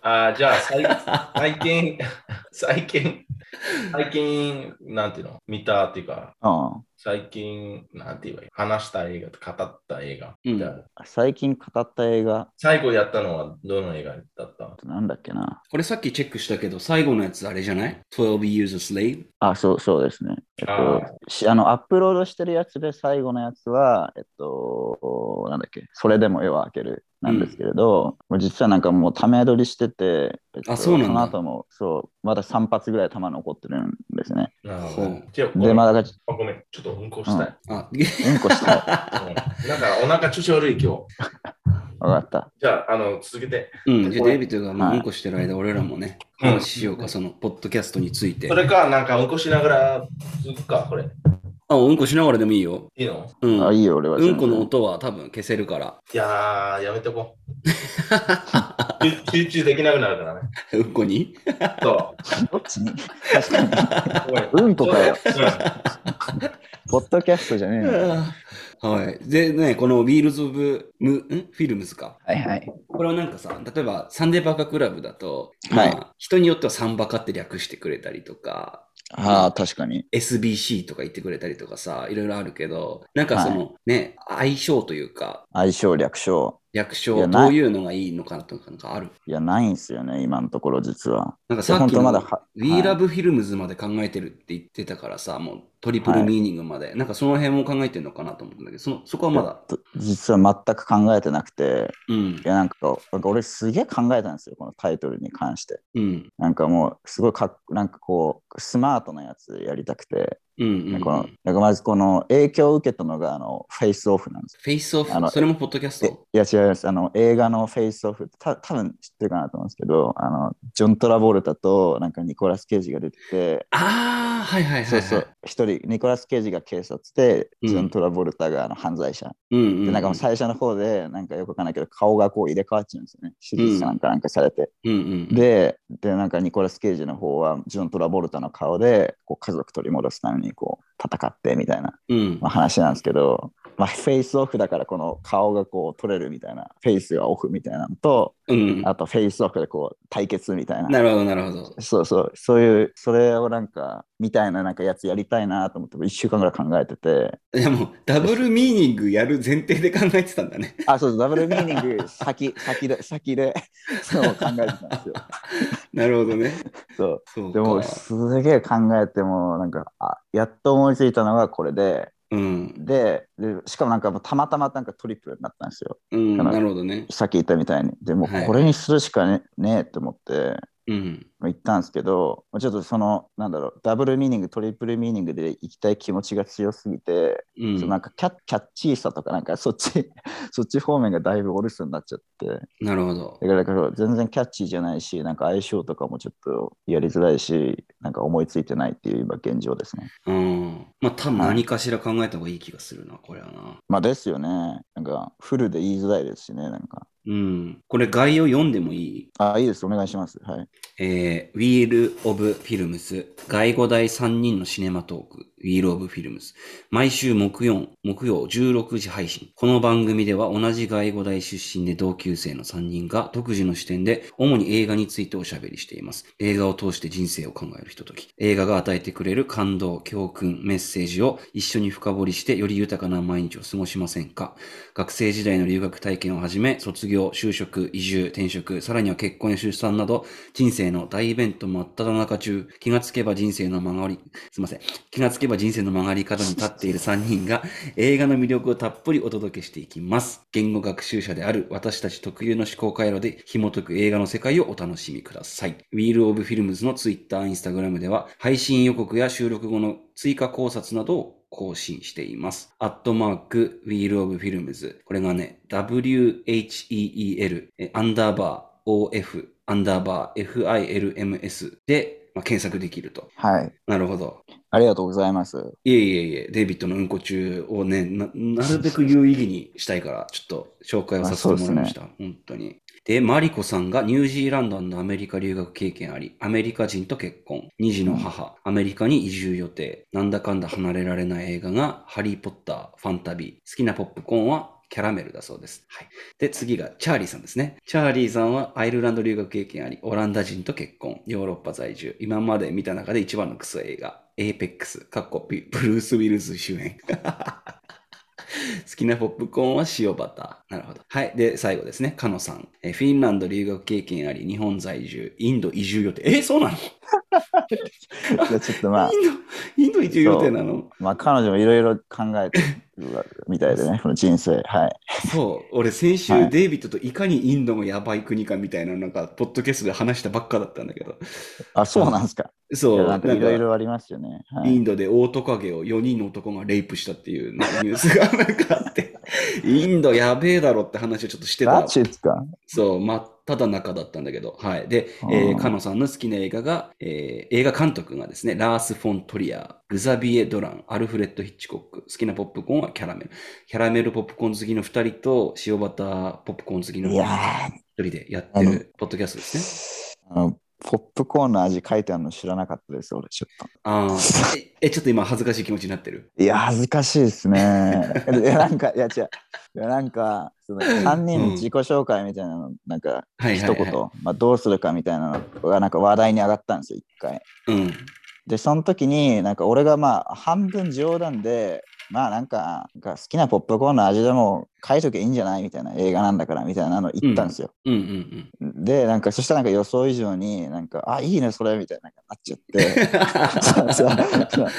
S2: ああ、じゃあ、最 最近、最近、最近、なんていうの見たっていうか、
S3: うん
S2: 最近、なんて言えばいい話した映画と語った映画。
S1: うん
S2: じゃあ
S3: 最近語った映画、
S2: 最後やったのはどの映画だった
S3: なんだっけな。
S1: これさっきチェックしたけど、最後のやつあれじゃない ?12 years a slave?
S3: あ、そう、そうですね。えっと
S2: あ、
S3: しあの、アップロードしてるやつで最後のやつは、えっと、なんだっけ、それでも夜は明けるなんですけれど、もう実はなんかもうため撮りしてて、えっと
S1: あそうなんだ
S3: その後も、そう、まだ3発ぐらい弾残ってるんですね。
S2: なる
S1: ほう
S2: じゃあ、ごめ
S3: で、
S2: ん
S3: まあ、だか
S2: あごめん、ちょっとうんこしたい。
S1: あ、
S3: ら、うんこした い。
S2: うんなんかお腹調子悪い今日。
S3: わかった。
S2: じゃあ、あの、続けて。
S1: うん、じゃあデイビッドがまあ
S3: は
S1: う
S3: い
S1: んこしてる間、俺らもね、
S2: うん
S1: 話しようか、その、ポッドキャストについて
S2: そ。れか、なんかうんこしながら続くか、これ。
S1: あ、うんこしながらでもいいよ。
S2: いいの
S1: うん。
S3: あ、いいよ、俺は。
S1: うんこの音は多分消せるから。
S2: いやー、やめてこう。集集中できなくなるからね。
S1: うんこに
S2: そ
S3: どっちに 確かに。
S2: う。ごめん
S3: うんこかよ。
S2: うん
S3: ポッドキャストじゃねえの。
S1: はい。でね、この Wheels of ムんフィルムズか。
S3: はいはい。
S1: これはなんかさ、例えばサンデーバカクラブだと、
S3: はい
S1: まあ、人によってはサンバカって略してくれたりとか、
S3: ああ、確かに。
S1: SBC とか言ってくれたりとかさ、いろいろあるけど、なんかその、ね、相性というか、
S3: 相性略称。
S1: 略
S3: い
S1: 称、
S3: やな
S1: ど
S3: い
S1: ういうのがいいのかとかなんかある。
S3: いや、ないんすよね、今のところ実は。
S1: なんかさ
S3: 本
S1: っき
S3: 当まだ
S1: の
S3: は、
S1: We
S3: はい
S1: Love Films まで考えてるって言ってたからさ、もうトリプル
S3: はい
S1: ミーニングまで、なんかその辺も考えてるのかなと思うんだけど、そのそこはまだ、
S3: と実は全く考えてなくて、
S1: うん
S3: い、や、なんか、なんか俺すげえ考えたんですよ、このタイトルに関して。
S1: うん、
S3: なんかもう、すごいかっ、なんかこう、スマートなやつやりたくて、
S1: うんうんうん
S3: このなんかまずこの影響を受けたのがあのフェイスオフなんですよ
S1: フェイスオフ
S3: あの
S1: それもポッドキャス
S3: で
S1: ト
S3: いや違いますあの映画のフェイスオフた多分知ってるかなと思うんですけどあのジョン・トラボルタとなんかニコラス・ケイジが出てて
S1: ああはいはいはい、はい、
S3: そうそう一人ニコラス・ケイジが警察で
S1: うん
S3: ジョン・トラボルタがあの犯罪者、
S1: うんうん
S3: でなんかもう最初の方でなんかよくわかんないけど顔がこう入れ替わっちゃうんですよね手術かなんかなんかされて、
S1: うんうん
S3: で、で、なんかニコラス・ケイジの方は、ジョン・トラボルタの顔で、こう家族取り戻すためにこう戦ってみたいな、
S1: うん
S3: まあ、話なんですけど、まあ、フェイスオフだからこの顔がこう取れるみたいな、フェイスがオフみたいなのと、
S1: うん
S3: あとフェイスオフでこう対決みたいな。
S1: なるほどなるほど
S3: そうそう、そういう、それをなんか、みたいななんかやつやりたいなと思って、1週間ぐらい考えてて、
S1: いやもうダブルミーニングやる前提で考えてたんだね
S3: あ、そうそう、ダブルミーニング、先、 先で、先で、そう考えてたんですよ。
S1: なるほどね
S3: そう。
S1: そう
S3: で
S1: か
S3: もすげえ考えてもなんかあやっと思いついたのがこれで
S1: うん
S3: ででしかもなんかもうたまたまなんかトリプルになったんですよ
S1: うん
S3: だから
S1: なるほどね
S3: さっき言ったみたいにでも
S1: はいう
S3: これにするしかね,、ねえと思って
S1: うん
S3: 行ったんですけどちょっとそのなんだろうダブルミーニングトリプルミーニングで行きたい気持ちが強すぎて、
S1: うん
S3: そのなんかキャキャッチーさとかなんかそっち そっち方面がだいぶお留守になっちゃってだか
S1: なるほど
S3: らだから全然キャッチーじゃないしなんか相性とかもちょっとやりづらいしなんか思いついてないっていう今現状ですね。
S1: うんまあ多分
S3: はい
S1: 何かしら考えた方がいい気がするなこれはな
S3: まあですよね。なんか、フルで言いづらいですしね、なんか。
S1: うんこれ概要読んでもいい
S3: あ、いいです、お願いします。はい。
S1: えー、Wheel of Films 外語大3人のシネマトーク Wheel of Films 毎週木曜木曜16時配信この番組では同じ外語大出身で同級生の3人が独自の視点で主に映画についておしゃべりしています映画を通して人生を考えるひととき映画が与えてくれる感動教訓メッセージを一緒に深掘りしてより豊かな毎日を過ごしませんか学生時代の留学体験をはじめ、卒業、就職、移住、転職、さらには結婚や出産など、人生の大イベント真っ只中中、気がつけば人生の曲がり、すいません、気がつけば人生の曲がり角に立っている3人が、映画の魅力をたっぷりお届けしていきます。言語学習者である私たち特有の思考回路で紐解く映画の世界をお楽しみください。Wheel of Films の Twitter、Instagram では、配信予告や収録後の追加考察などを更新しています。アットマーク、Wheel of Films。これがね、WHEEL、えアンダーバー、OF、アンダーバー、FILMS で、まあ、検索できると。
S3: はい。
S1: なるほど。
S3: ありがとうございます。
S1: いえいえいえ、デイビッドのうんこ中をね、ななるべく有意義にしたいから、ちょっと紹介をさせてもらいました。本当に。で、マリコさんがニュージーランドアメリカ留学経験あり、アメリカ人と結婚、2児の母、アメリカに移住予定、なんだかんだ離れられない映画が、ハリー・ポッター、ファンタビー、好きなポップコーンは、キャラメルだそうです。はい。で、次がチャーリーさんですね。チャーリーさんはアイルランド留学経験あり、オランダ人と結婚、ヨーロッパ在住、今まで見た中で一番のクソ映画、エーペックス、かっこピブルース・ウィルズ主演。好きなポップコーンは塩バター。なるほど。はい。で、最後ですね。カノさん。えフィンランド留学経験あり、日本在住、インド移住予定。え、そうなの、
S3: じゃあちょっとまあ
S1: イ、ンド、インド移住予定なの
S3: まあ、彼女もいろいろ考えてるみたいでね、この人生。はい。
S1: そう。俺、先週、
S3: はい
S1: デイビッドといかにインドもやばい国かみたいな、なんか、ポッドキャストで話したばっかだったんだけど。
S3: あ、そうなんですか。い
S1: そう。
S3: や
S1: な
S3: なんん
S1: か
S3: かいろいろありますよね。は
S1: イ
S3: い。
S1: ンドでオオトカゲを4人の男がレイプしたっていうねニュースがなんかあって、インドやべえだろって話をちょっとして
S3: ガ
S1: た。
S3: チですか
S1: そう、真っただ中だったんだけど、はい。で、え
S3: う
S1: ー、
S3: ん
S1: カノさんの好きな映画が、えー映画監督がですね、ラース・フォン・トリアー、グザビエ・ドラン、アルフレッド・ヒッチコック、好きなポップコーンはキャラメル。キャラメルポップコーン好きの2人と、塩バターポップコーン好きの
S3: い
S1: 1
S3: やー
S1: 人でやってるポッドキャストですね。
S3: あの、ポップコーンの味書いてあるの知らなかったです、俺ちょっ
S1: ああ、ええ、ちょっと今恥ずかしい気持ちになってる。
S3: と。いや、恥ずかしいです ね。いや、なんか、いや、違う。いや、なんか、その3人の自己紹介みたいなの、なんか、
S1: はいはい、
S3: 一
S1: は
S3: 言、
S1: い。
S3: まあ、どうするかみたいなのがなんか話題に上がったんですよ、一回。
S1: うん。
S3: で、その時に、なんか俺がまあ、半分冗談で、まあなんか、なんか好きなポップコーンの味でも書いときゃいいんじゃないみたいな映画なんだからみたいなの言ったんですよ。
S1: うんうんうん。
S3: で、なんかそしたらなんか予想以上になんか、あ、いいね、それみたいななっち ゃって。 そうそうそう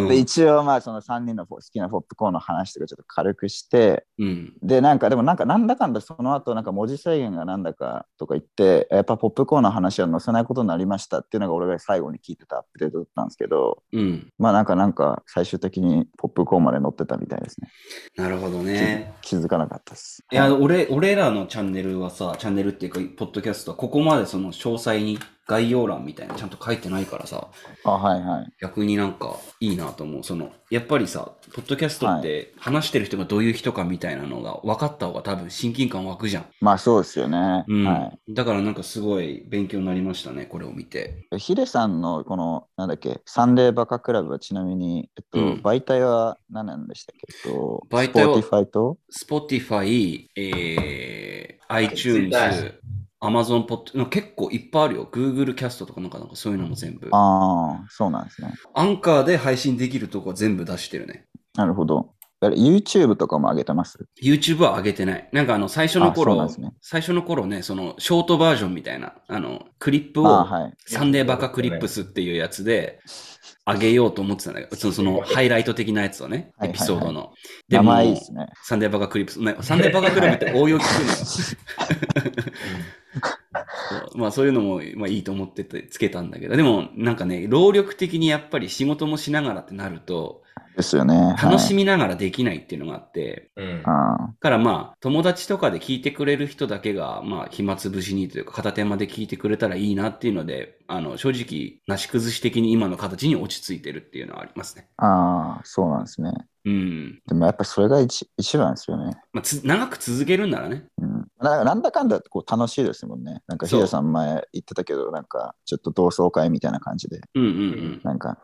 S1: うん
S3: で一応まあその3人の好きなポップコーンの話とかちょっと軽くして
S1: うん。
S3: でなんかでもなんかなんだかんだその後なんか文字制限がなんだかとか言ってやっぱポップコーンの話は載せないことになりましたっていうのが俺が最後に聞いてたアップデートだったんですけど
S1: うん。
S3: まあなんかなんか最終的にポップコーンまで載ってたみたいですね
S1: なるほどね。
S3: 気づかなかったです
S1: いや、俺、俺らのチャンネルはさ、チャンネルっていうか、ポッドキャストはここまでその詳細に概要欄みたいなちゃんと書いてないからさ、
S3: あはいはい
S1: 逆になんかいいなと思う。その、やっぱりさ、ポッドキャストって話してる人がどういう人かみたいなのが分かった方が多分親近感湧くじゃん。
S3: まあそうですよね、
S1: うん。
S3: は
S1: だからなんかすごい勉強になりましたね、これを見て。
S3: いヒデさんのこのなんだっけサンデーバカクラブはちなみに、えっと
S1: うん
S3: 媒体は何なんでしたっけ、えっと、
S1: 媒体は
S3: Spotify と
S1: Spotify、えー、
S2: Twitter
S1: iTunes、Amazon ポッド、結構いっぱいあるよ。Google キャストとかなんかなんかそういうのも全部。
S3: ああ、そうなんですね。
S1: アンカーで配信できるとこは全部出してるね。
S3: なるほど。あれ YouTube とかも上げてます
S1: YouTube は上げてない。なんかあの、最初の
S3: あそうな
S1: 頃、
S3: んですね。
S1: 最初の頃ね、その、ショートバージョンみたいな、あの、クリップ
S3: あ
S1: を、
S3: はい。
S1: サンデーバカクリップスっていうやつで、上げようと思ってたんだけど、その、そのハイライト的なやつをね、
S3: はいはいはい
S1: エピソードの。
S3: 名前い
S1: で
S3: いで
S1: も
S3: すね。
S1: サンデーバカクリップス、ね、サンデーバカクラブって応用聞くのよ。 そうまあそういうのも、まあ、いいと思っててつけたんだけど、でもなんかね、労力的にやっぱり仕事もしながらってなると、
S3: ですよね。
S1: 楽し
S3: み。
S1: みながらできないっていうのがあって、
S2: うん
S3: あ
S1: だからまあ友達とかで聞いてくれる人だけが、まあ暇つぶしにというか片手間で聞いてくれたらいいなっていうので、あの正直、なし崩し的に今の形に落ち着いてるっていうのはありますね。
S3: ーあー、そうなんですね。
S1: うん。
S3: でもやっぱそれが一一番ですよね。
S1: まあつ長く続けるんならね。
S3: うん、ななんだかんだこう楽しいですもんね。なんかヒ
S1: そう
S3: デさん前言ってたけど、なんかちょっと同窓会みたいな感じで、
S1: うんうん
S3: なんか、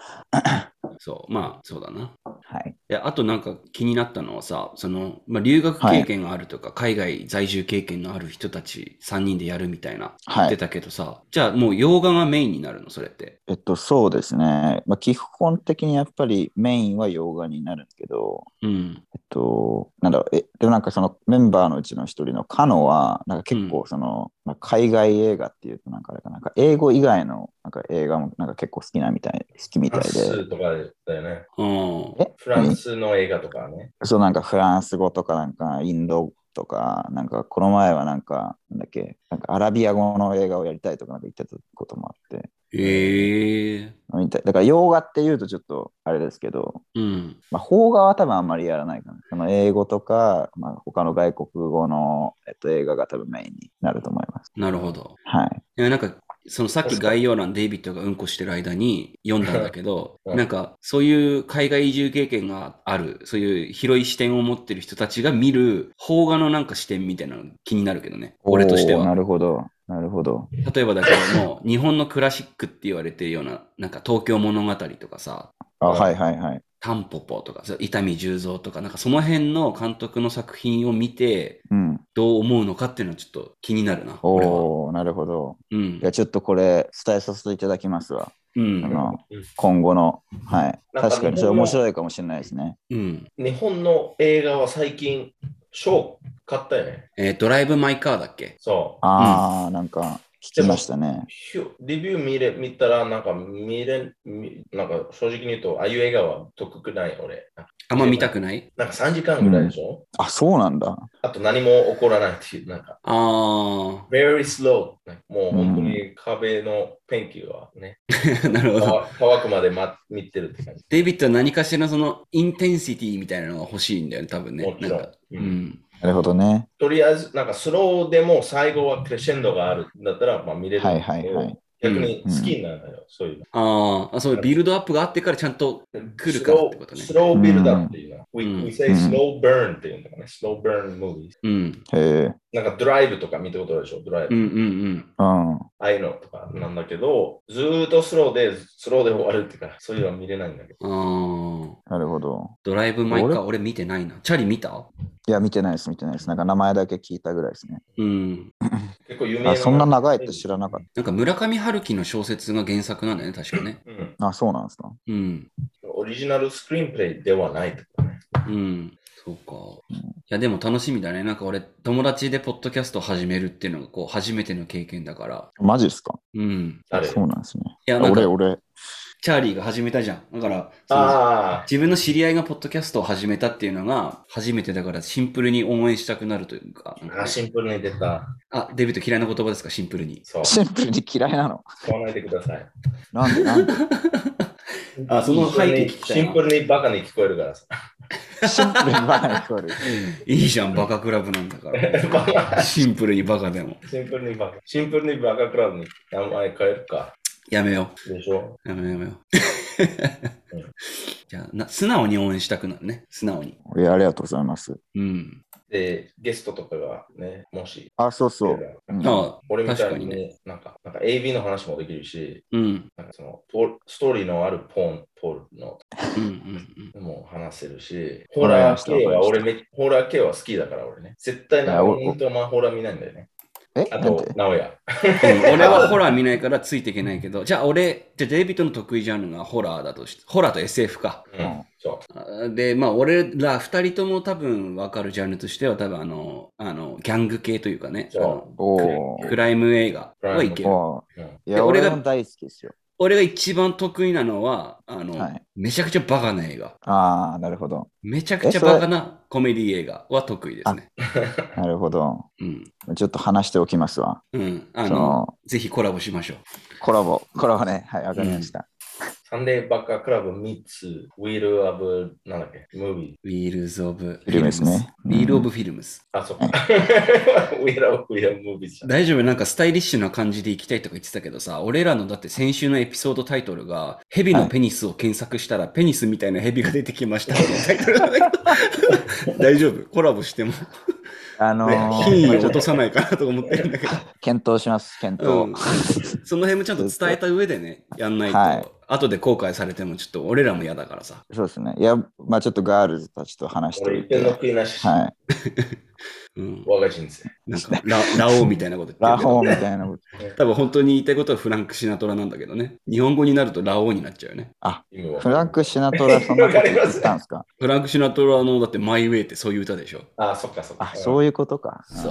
S1: うん。そう。まあそうだな。
S3: は
S1: い
S3: い。
S1: やあとなんか気になったのはさ、その、まあ、留学経験があるとか、海外在住経験のある人たち3人でやるみたいな、言
S3: は
S1: って
S3: い。
S1: たけどさ、じゃあもう洋画がメインになるの、それって。
S3: えっと、そうですね。まあ、基本的にやっぱりメインは洋画になるんですけど、
S1: うん。
S3: えっと、なんだろう、え、でもなんかそのメンバーのうちの一人のカノは、なんか結構その、まあ、海外映画っていうとなんかあれかな、なんか英語以外のなんか映画もなんか結構好きなみたい、好きみた
S2: フラ
S3: い
S2: ン
S3: で、
S2: スとかだよね。
S1: うん。
S3: え
S2: フランスの映画とかね。
S3: そうなんかフランス語とかなんかインドとか、なんかこの前はなんか、なんだっけ、なんかアラビア語の映画をやりたいとかなんか言ってたこともあって、
S1: ええ
S3: みたいだから洋画っていうとちょっとあれですけど、
S1: うん。
S3: まあ、邦画は多分あんまりやらないかな。その英語とか、まあ、他の外国語の、えっと、映画が多分メインになると思います。
S1: なるほど。
S3: はい。
S1: いや、なんか、そのさっき概要欄デイビッドがうんこしてる間に読んだんだけ ど、
S2: うん
S1: なんかそういう海外移住経験がある、そういう広い視点を持ってる人たちが見る邦画のなんか視点みたいなの気になるけどね、俺として
S3: おーな
S1: は。
S3: るほど。なるほど。
S1: 例えばだけどもう日本のクラシックって言われてるような、なんか東京物語とかさ、
S3: あ、
S2: うん
S3: はいはいはい。
S1: タンポポとか、そう伊丹十三とか、なんかその辺の監督の作品を見て、
S3: うん。
S1: どう思うのかっていうのはちょっと気になるな、俺は。
S3: おおなるほど。
S1: うん
S3: い。や、ちょっとこれ、伝えさせていただきますわ。
S1: うん
S3: あ。の
S2: うん、
S3: 今後の。はい。
S2: なんか
S3: 確かに、それ面白いかもしれないですね。
S1: うん。
S2: 日本の映画は最近、賞買ったよね。
S1: えードライブ・マイ・カーだっけ
S2: そう。
S3: ああ、なんか、聞きましたね。
S2: ひゅレビュー見れ見たら、なんか見れん、みなんか正直に言うと、ああいう映画は得くない俺。
S1: あんま見たくない
S2: なんか3時間ぐらいでしょ、
S3: あ、そうなんだ。
S2: あと何も起こらないっていう、なんか、
S1: あ
S2: very slow。もう本当に壁のペンキはね、
S1: あ、 なるほど。
S2: 乾乾くまで待見てるって感じ。
S1: デイビッドは何かしらそのインテンシティみたいなのが欲しいんだよね、多分ね。
S2: もちろん
S1: なんか
S2: う
S1: うんん。
S3: なるほどね。
S2: とりあえず、なんかスローでも最後はクレッシェンドがあるんだったら、まあ見れるん
S3: はい
S2: だ
S3: は
S2: け
S3: い
S2: ど。
S3: はい。
S2: 逆に好きになるのよ、そういうの。
S1: あーあ、そういうビルドアップがあってからちゃんと、来るからってことね
S2: スロースロービルダーっていうの。
S1: ん
S2: we, we say
S3: うん
S2: slow burn っていうんだからね。slow burn movies。
S1: うん、
S3: へえ。
S2: なんかドライブとか見たことあるでしょ、ドライ
S1: う
S2: ブ。
S1: んうん
S3: うん。
S2: ああいうのとかなんだけど、ずーっとスローで、スローで終わるっていうか、そういうのは見れないんだけど。
S1: うん。ああ、
S3: なるほど。
S1: ドライブ・マイ・カー、俺見てないな。チャリ見た
S3: いや、見てないです、見てないです。なんか名前だけ聞いたぐらいですね。
S1: うん。
S2: 結構有名
S3: あそんな長いって知らなかっ
S1: なんか村上春樹の小説が原作なんだよね、確かね。
S2: た。うん。
S3: た。あ、そうなんですか。
S1: うん。
S2: オリジナルスクリーンプレイではないとかね。
S1: うん。そうか。いや、でも楽しみだね。なんか俺、友達でポッドキャスト始めるっていうのが、こう、初めての経験だから。
S3: マジですか
S1: うん。
S2: 誰
S3: そうなんですね。
S1: いや、
S3: あ
S1: なんか
S3: 俺、、俺。
S1: チャーリーが始めたじゃん。だから、その
S2: ああ、
S1: 自分の知り合いがポッドキャストを始めたっていうのが、初めてだから、シンプルに応援したくなるというか。なんかね
S2: あシンプルに出た。
S1: あ、デビット嫌いな言葉ですか、シンプルに。
S2: そう、
S3: シンプルに嫌いなの。
S2: 使わないでください。
S3: なんで、なんで。
S1: あその背景聞きたい
S2: シ
S1: な
S2: ンプルにバカに聞こえるからさ。
S3: シンプルにバカに聞こえる。
S1: いいじゃん、バカクラブなんだ から。
S2: バカ
S1: シンプルにバカでも。
S2: シンプルにバカ。シンプルにバカクラブに名前変えるか。
S1: やめよ
S2: でしょ
S1: う。やめようやめよう。 じゃあな、素直に応援したくなるね。素直に。
S3: いやありがとうございます。
S1: うん。
S2: で、ゲストとかがね、もし、
S3: あ、そうそう。うん
S1: あ
S2: 俺みた
S1: 確か
S2: い
S1: に
S2: に、
S1: ね
S2: なんか、なんか AV の話もできるし、
S1: うん。
S2: なんかそのポルストーリーのあるポン、ポルの
S1: うんうん
S2: も話せるし、ホラー系は
S3: わか
S2: 俺
S3: り
S2: め、ホラー系は好きだから俺ね。絶対
S3: い
S2: な
S3: や
S2: ん
S3: お
S2: か本当はまあホラー見ないんだよね。
S3: え、
S2: あ
S3: なん
S2: と
S3: で、
S2: 直哉。
S1: うん。うん俺はホラー見ないからついていけないけど、じゃあ俺、じゃあデイビットの得意ジャンルがホラーだとして、ホラーと SF か。
S2: う
S3: うん
S2: ん、そ
S1: あで、まあ俺ら二人とも多分分かるジャンルとしては多分あの、あの、ギャング系というかね、あの
S3: お
S1: ク
S3: ー
S1: クライム映画はいける。
S3: お
S2: う。うん
S3: ー。い
S1: で
S3: や、
S1: 俺が
S3: 俺も大好きですよ。
S1: 俺が一番得意なのは、あの、
S3: はい
S1: めちゃくちゃバカな映画。
S3: ああ、なるほど。
S1: めちゃくちゃバカなコメディ映画は得意ですね。
S3: なるほど。
S1: うん。
S3: ちょっと話しておきますわ。
S1: うん。あ
S3: そ
S1: の、
S3: の、
S1: ぜひコラボしましょう。
S3: コラボ、コラボね。はい、わかりました。
S2: サンデーバカクラブ3つ、ウィル・アブ、なんだっけ、ムービー。
S1: Wheels of
S3: フィルムスね
S1: Films Wheel of Films。
S2: あ、そっか。ウ ィル・アブ、ウィル・ムービーじゃん。
S1: 大丈夫なんかスタイリッシュな感じで行きたいとか言ってたけどさ、俺らのだって先週のエピソードタイトルが、ヘビのペニスを検索したら、ペニスみたいなヘビが出てきましたっていうタイトルなんだけ ど、大丈夫コラボしても、
S3: あのー
S1: 品位
S3: まあ
S1: を
S3: ち
S1: 落
S3: ょっ
S1: と
S3: と
S1: さないかなとか思ってるんだけど。
S3: 検討します、検
S1: う
S3: 討。
S1: ん、その辺もちゃんと伝えた上でね、やんないと、
S3: はい
S1: 後で後悔されてもちょっと俺らも嫌だからさ。
S3: そうですね。いや、まあちょっとガールズたちと話してお
S2: 俺、一
S3: い
S2: 遍の
S3: て。
S2: 悔いなし、
S3: はい。
S1: うん、
S2: 我が人生。
S1: なん かラ、ラオウみたいなこと言って
S3: ラ
S1: るけど
S3: ホーみたいなこと。
S1: 多分本当に言いたいことはフランク・シナトラなんだけどね。日本語になるとラオウになっちゃうよね。
S2: 意味は。
S3: フランク・シナトラ、そんなこと言ってたんですか
S1: フランク・シナトラのだってマイ・ウェイってそういう歌でしょ。
S2: あ、そっかそっか。
S3: あ、そういうことか。
S1: そう。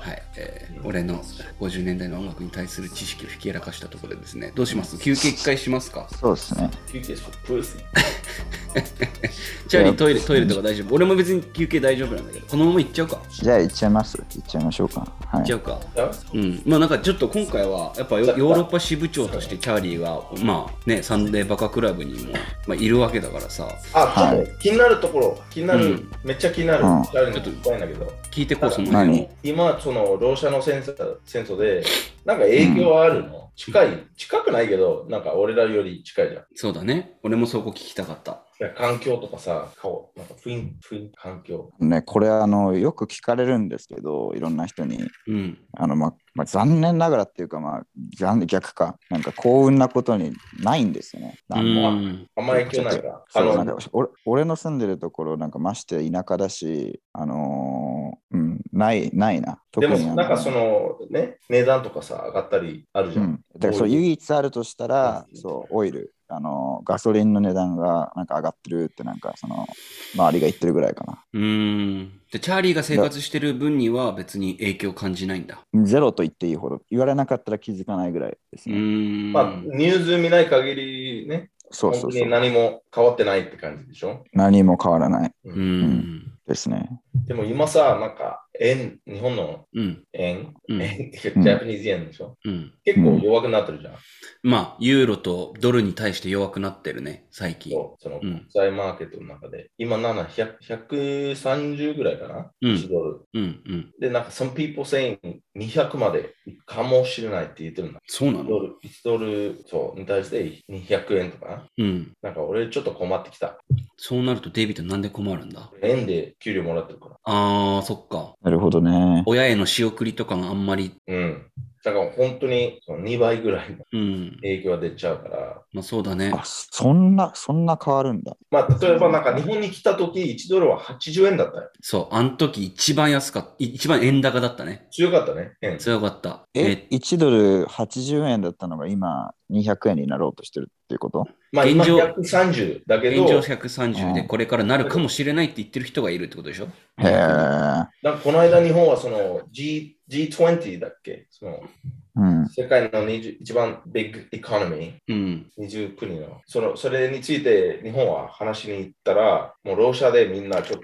S1: はい、えー俺の50年代の音楽に対する知識をひけらかしたところでですね。どうします休憩一回しますか
S3: そうですね。
S2: 休憩しプース。
S1: チャーリートイレ、トイレとか大丈夫。俺も別に休憩大丈夫なんだけど、このまま行っちゃうか。行
S3: じゃあ行っちゃいます。行っちゃいましょうか。は
S1: っちゃ
S3: い。
S1: うか。
S2: あ
S1: うん、まあなんかちょっと今回はやっぱヨヨーロッパ支部長としてチャーリーがまあねサンデーバカクラブにも、まあ、いるわけだからさ
S2: あ、ちょ
S3: は
S2: っと気になるところ、気にな
S1: う
S2: る
S1: ん、
S2: めっちゃ気になる
S3: うん。
S2: チャーリーの聞きたいんだけど、
S1: 聞いてこうその辺も
S2: 今、その、ろう者の戦争戦争で、なんか影響はあるの近い、近くないけど、なんか俺らより近いじゃん。
S1: そうだね俺もそこ聞きたかった
S2: いや環境とかさ、顔、なんか雰囲気、雰囲気環境。
S3: ね、これあの、よく聞かれるんですけど、いろんな人に。
S1: うん
S3: あのまあまあ、残念ながらっていうか、まあ、残逆か、なんか幸運なことにないんですよね。
S1: う
S3: なんも
S1: ん
S2: あんまり影響ないから。あ
S3: そうなん
S2: の、
S3: か俺俺の住んでるところ、なんかまして田舎だし、あのーうん、ない、ないな。
S2: で
S3: 特に
S2: も
S3: あの
S2: なんかそのね、値段とかさ、上がったりあるじ
S3: う
S2: ゃ
S3: ん
S2: ん。、
S3: だからそう
S2: オイル
S3: 唯一あるとしたら
S2: う、ん
S3: そう、オイル、あのーガソリンの値段がなんか上がってるって、なんかその、周りが言ってるぐらいかな。
S1: うんでチャーリーが生活してる分には別に影響を感じないんだ
S3: ゼロと言っていいほど、言われなかったら気づかないぐらいです
S1: う
S3: ね。
S1: ん、
S2: まあ、ニュース見ない限りね、
S3: そうそ
S2: 本
S3: う
S2: 当
S3: そ
S2: に
S3: う。
S2: 何も変わってないって感じでしょ。
S3: 何も変わらない
S1: うん
S3: ですね。
S2: でも今さ、なんか円、日本の
S1: うん
S2: 円、
S1: うん
S2: 円ジャパニーズ円でしょ。
S1: うん
S2: 結構弱くなってるじゃん。
S1: まあユーロとドルに対して弱くなってるね最近
S2: そうその
S1: うん
S2: 国際マーケットの中で。今7、100 130ぐらいかな、
S1: うん
S2: 1ドル。
S1: うんうん
S2: で、なんか、some people saying 200までいくかもしれないって言ってるんだ。
S1: そうな
S2: 1ド
S1: の
S2: ル、1ドル、そう、に対して200円とか。
S1: うん
S2: なんか俺ちょっと困ってきた。
S1: そうなるとデイビッドなんで困るんだ
S2: 円で給料もらってるから。
S1: あーそっか
S3: なるほどね。
S1: 親への仕送りとかがあんまり、
S2: うん。だから本当にその2倍ぐらいの
S1: うん、
S2: 影響が出ちゃうから。
S1: まあそうだね。
S3: あ、そんな、そんな変わるんだ。
S2: まあ例えばなんか日本に来た時1ドルは80円だったよ。
S1: そう、あの時一番安かった、い一番円高だったね。
S2: 強かったね。円。
S1: 強かった。
S3: え、1ドル80円だったのが今200円になろうとしてるっっていうこと
S2: まあ、今
S1: 現状
S2: 130だけ
S1: 現
S2: ど、
S1: 状
S2: なんか
S1: 130でこれからなるかもしれないって言ってる人がいるってことでしょ
S3: へえ。
S2: この間日本はその G G20 だっけその
S3: うん。
S2: 世界の20一番ビッグエコノミー、
S1: うん。
S2: 20国のその。それについて日本は話しに行ったら、もうロシアでみんなちょっと、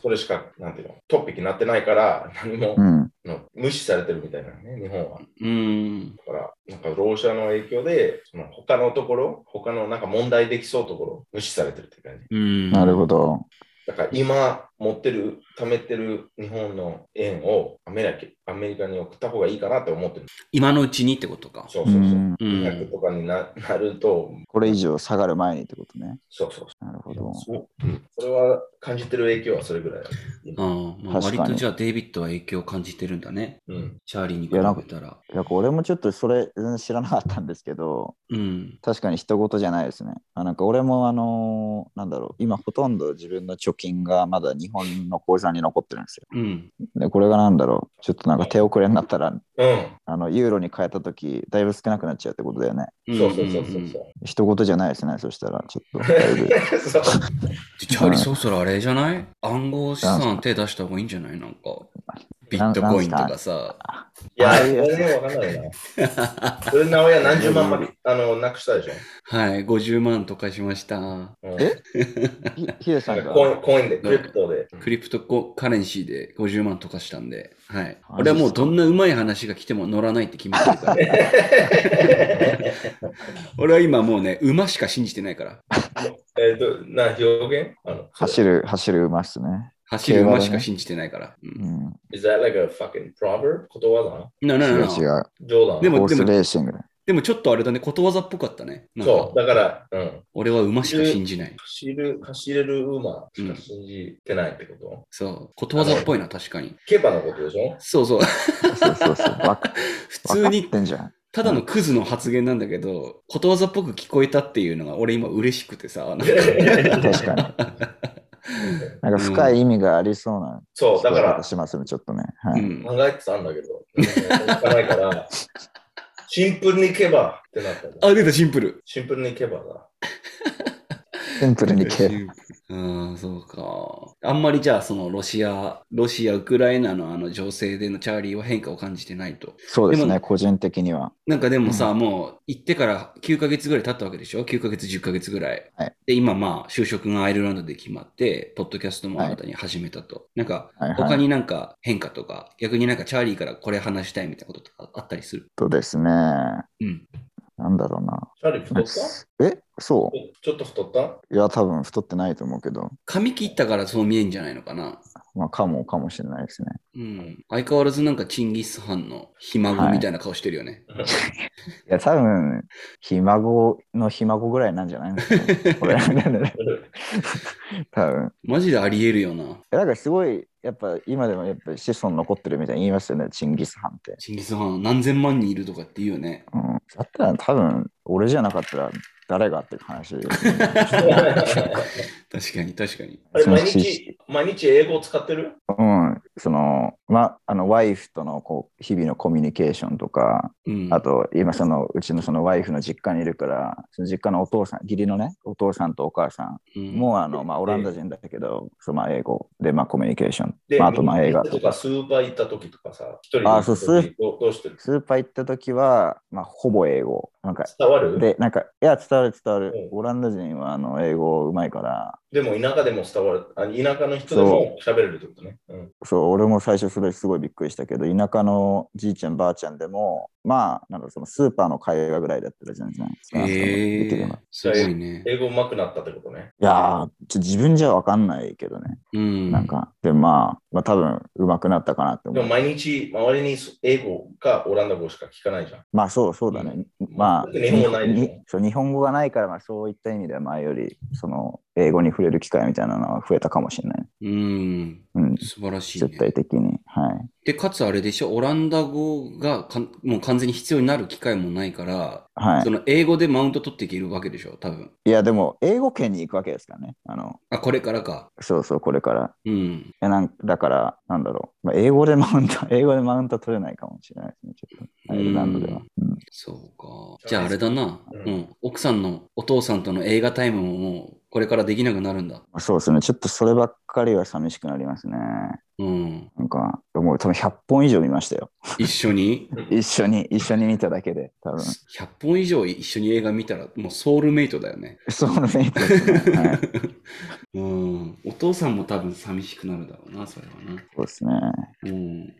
S2: それしか、なんていうの、トピックになってないから、何も、
S3: うん。
S2: の無視されてるみたいなね、日本は。
S1: うん。
S2: だから、なんか、ろう者の影響で、その他のところ、他のなんか問題できそうところ、無視されてるって感じ。
S1: うん。
S3: なるほど。
S2: だから、今、持ってる、貯めてる日本の円をアメリカアメリカに送った方がいいかなって思ってる。
S1: 今のうちにってことか。
S2: そう
S3: う
S2: そうそう。
S3: ん。
S1: うん。
S2: 100とかにななると、
S3: これ以上下がる前にってことね。
S2: そうそう
S3: なるほ
S2: そ
S3: ど
S2: う。。そううんそれは感じてる影響はそれぐらいだ。
S1: ああ、まあ、
S3: 確か
S1: 割
S3: に
S1: とじゃあデイビッドは影響を感じてるんだね。
S2: うん。
S1: チャーリーに比
S3: いやなんか
S1: べたら。
S3: いや俺もちょっとそれ全然知らなかったんですけど、
S1: うん。
S3: 確かに人事じゃないですね。あなんか俺もあのーなんだろう、今ほとんど自分の貯金がまだ日本の口座に残ってるんですよ。
S1: うん。
S3: で、これがなんだろう、ちょっとなんか手遅れになったら、
S2: うん。
S3: あの、ユーロに変えたとき、だいぶ少なくなっちゃうってことだよね。
S2: そうそうそうそ
S1: んんん
S2: う
S1: じゃ
S2: そ
S3: 人事じゃないですね、そしたら、ちょっとだいぶ。
S2: う。 そう
S1: あチャーリーそろそろあれじゃない暗号資産手出した方がいいんじゃないなんか。ビットコインとかさ。
S2: いや、全然わかんないな。それ、直哉何十万まで、あの、なくしたでしょ。
S1: はい、50万とかしました。
S2: うん
S3: えひヒデさ
S2: なんん
S3: が
S2: か。コインコインで、クリプトで。
S1: クリプトコカレンシーで50万とかしたんで、はい。
S3: マジっすか
S1: 俺はもうどんなうまい話が来ても乗らないって決めてるから。 俺は今もうね、馬しか信じてないから。
S2: えっと、な、表現あの、
S3: 走る、走る馬っすね。
S1: 走る馬しか信じてないから。う
S3: うんん。
S2: Is that like a fucking proverb? ことわざ
S1: なな
S3: 違
S1: な
S3: う違う。
S2: 冗談
S1: で
S3: ホ
S1: も
S3: ースレーシングだ。
S1: でもちょっとあれだね、ことわざっぽかったね。なんか
S2: そう、だから、うん。
S1: 俺は馬しか信じない。
S2: 走る、走れる馬しか信じてないってこと、
S1: そう。ことわざっぽいな、確かに。
S2: ケバのことでしょ
S1: そう そう。
S3: そうそうそう。わか
S1: 普
S3: わか
S1: 通
S3: っ
S1: に、
S3: てんじゃん。
S1: ただのクズの発言なんだけど、ことわざっぽく聞こえたっていうのが俺今嬉しくてさ、なんか
S3: 確かに。なんか深い意味がありそうな
S2: そう、だか
S3: 聞こえ方
S2: ら、
S3: しますね、ちょっとね。は
S1: う
S3: い。
S1: ん。
S2: 考えてたんだけど、なんかないから、シンプルにケバってなったんだ。
S1: あ、出た、シンプル。
S2: シンプルにケバだ。
S3: シンプルに
S1: シン
S3: 系。
S1: プルうん、そうか。あんまりじゃあ、そのロシア、ロシア、ウクライナのあの情勢でのチャーリーは変化を感じてないと。
S3: そうです
S1: でも
S3: ね、個人的には。
S1: なんかでもさ、もう行ってから9ヶ月ぐらい経ったわけでしょ ?9 ヶ月、10ヶ月ぐらい。
S3: はい
S1: で、今まあ、就職がアイルランドで決まって、ポッドキャストも新たに始めたと。なんか、
S3: はいは
S1: 他
S3: い。
S1: になんか変化とか、逆になんかチャーリーからこれ話したいみたいなこととかあったりする
S3: とですね、な
S1: うん。
S3: んだろうな。
S2: チャーリー太った
S3: えそ
S2: ちょっと太った
S3: ういや、多分太ってないと思うけど、
S1: 髪切ったからそう見えんじゃないのかな
S3: まあ、かもかもしれないですね。
S1: うん。相変わらずなんかチンギスハンのひ孫みたいな顔してるよね。
S3: いや、多分、ひ孫のひ孫ぐらいなんじゃないのこ れ、多分。
S1: マジでありえるよな。
S3: えなんかすごい、やっぱ今でもやっぱ子孫残ってるみたいに言いますよね、チンギスハンって。
S1: チンギスハン何千万人いるとかって言うよね。
S3: うん、だったら多分、俺じゃなかったら誰がっていう話。
S1: 確かに確かに。
S2: あれ
S3: その
S2: 毎日、毎日英語を使ってる
S3: うん、その、ま、あの、ワイフとのこう日々のコミュニケーションとか、
S1: うん。
S3: あと、今、その、うちのそのワイフの実家にいるから、その実家のお父さん、義理のね、お父さんとお母さん、
S1: うん、
S3: もう、あの、まあ、オランダ人だけど、その、まあ、英語で、まあ、コミュニケーション
S2: で、、
S3: まあ、あと、まあ、映画
S2: と
S3: と
S2: か
S3: か。
S2: スーパー行った時とかさ、一人で
S3: あそうスー
S2: どうどうしてる
S3: スーパー行った時は、まあ、ほぼ英語。なんか、
S2: 伝わるで
S3: で、なんか、いや、伝わる伝わる
S2: うん。
S3: オランダ人は、あの、英語うまいから、
S2: も田舎でも伝わる。あ田舎の人でも喋れるってことね。うん
S3: そう、俺も最初それすごいびっくりしたけど、田舎のじいちゃん、ばあちゃんでも、まあ、なんかそのスーパーの会話ぐらいだったら全然、
S1: え
S3: できるよう
S1: ー
S3: な、
S1: すごいね。
S2: 英語上手くなったってことね。
S3: いやー、ちょ自分じゃわかんないけどね、
S1: うん。
S3: なんか、で、まあ、まあ多分上手くなったかなっ
S2: で
S3: て思
S2: も
S3: う。
S2: 毎日周りに英語かオランダ語しか聞かないじゃん。
S3: まあそう、そうだね。まあ、
S2: 日本語ないでしょ
S3: にそう日本語がないから、まあそういった意味では前より、その、英語に触れる機会みたいなのは増えたかもしれない。
S1: うん。
S3: うん、
S1: 素晴らしい、
S3: 絶
S1: ね
S3: 対。的に。はい。
S1: で、かつあれでしょ、オランダ語がかんもう完全に必要になる機会もないから、
S3: は
S1: その英語でマウント取っていけるわけでしょ、多分。
S3: い。いや、でも、英語圏に行くわけですからね。あの、
S1: あ、これからか。
S3: そうそう、これから。
S1: うん。
S3: えなんだから、 なんだろう、まあ、英語でマウント、英語でマウント取れないかもしれないですね、ちょっと、アイルランドでは。うん
S1: そうか。じゃああれだな、
S2: うん
S1: うん。奥さんのお父さんとの映画タイムももうこれからできなくなるんだ。
S3: まあそうですね。ちょっとそればっかりは寂しくなりますね。
S1: うん。
S3: なんか、もう多分100本以上見ましたよ。
S1: 一緒に
S3: 一緒に、一緒に見ただけで、多分。
S1: 100本以上一緒に映画見たらもうソウルメイトだよね。
S3: そのメイトですね。はい、
S1: うん。お父さんも多分寂しくなるだろうな、それはな。
S3: そうですね。
S1: うん。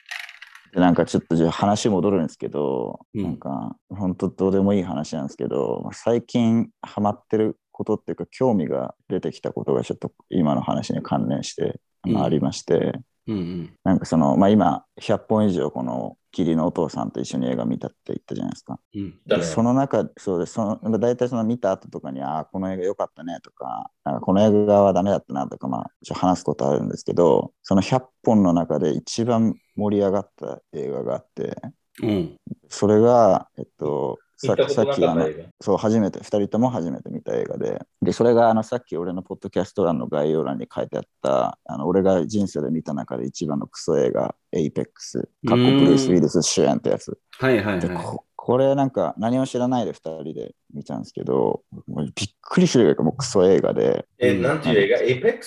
S3: でなんかちょっとじゃあ話戻るんですけど、
S1: うん
S3: なんか本当どうでもいい話なんですけど、まあ最近ハマってることっていうか興味が出てきたことがちょっと今の話に関連して、まあ、
S1: うん
S3: ありまして、
S1: うんうん。
S3: なんかその、まあ、今100本以上この義理のお父さんと一緒に映画見たって言ったじゃないですか。
S1: うん。
S2: だ
S3: で
S2: ね
S3: その中そうですそのまあ大体その見た後とかにああこの映画良かったねとかなんかこの映画はダメだったなとかまあちょっと話すことあるんですけどその100本の中で一番盛り上がった映画があって
S1: うん。
S3: それがえっと
S2: 行
S3: さ
S2: ったこ
S3: さ
S2: と
S3: っ
S2: な
S3: き
S2: か
S3: あ
S2: った
S3: の
S2: 映画。
S3: そう初めて2人とも初めて見た映画ででそれがあのさっき俺のポッドキャスト欄の概要欄に書いてあったあの俺が人生で見た中で一番のクソ映画「エイペックス」かっこブルース・ウィリス主演ってやつ
S1: はいはい
S3: で
S1: は
S3: ここれなんか何も知らないで2人で見たんですけどもうびっくりする映画もうクソ映画で
S2: え、
S1: うん
S2: なんていう映画 ?Apex?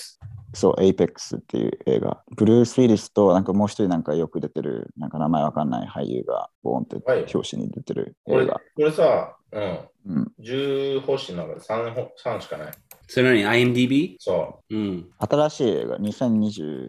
S3: そう「エイペックス」っていう映画ブルース・ウィリスとなんかもう一人なんかよく出てるなんか名前わかんない俳優がボーンって
S2: はい
S3: 表紙に出てる
S2: こ
S3: 映
S2: れ
S3: 画
S2: こ、れさ、うん、
S3: うん、
S2: 10星の中で 3, ほ三しかない。
S1: い。それなに IMDB?
S2: そう。
S1: うん。
S3: 新しい映画2021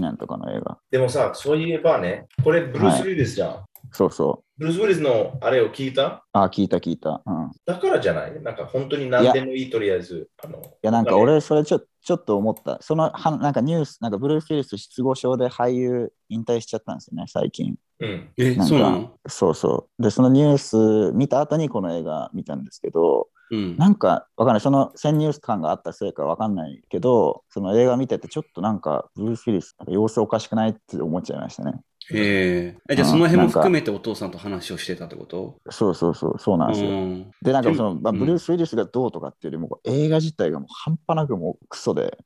S3: 年とかの映画
S2: でもさ、そういえばね、これブルース・
S3: は
S2: ウィリスじゃん。
S3: そうそう
S2: ブルース・ウィリスのあれを聞いた
S3: あ聞いた聞いたうんい
S2: だからじゃないなんか本当に何でもいいとりあえず。あの
S3: やなんか俺それちょちょっと思ったそのはなんかニュースなんかブルース・ウィリス失語症で俳優引退しちゃったんですよね最近
S2: うん。
S1: え、
S3: なんか
S1: そうなの
S3: そうそう。で、そのニュース見た後にこの映画見たんですけど、
S1: うん。
S3: なんかわかんない、その先入観があったせいかわかんないけど、その映画見てて、ちょっとなんか、ブルース・ウィリス、なんか様子おかしくないって思っちゃいましたね。
S1: ええ。えじゃあ
S3: うん
S1: その辺も
S3: なんか
S1: 含めてお父さんと話をしてたってこと
S3: そうそうそう、そうなんですよ。
S1: ん。
S3: で、なんか
S1: で
S3: その、まあ、
S1: うん
S3: ブルース・ウィリスがどうとかっていうよりも、映画自体がもう半端なくもうクソで、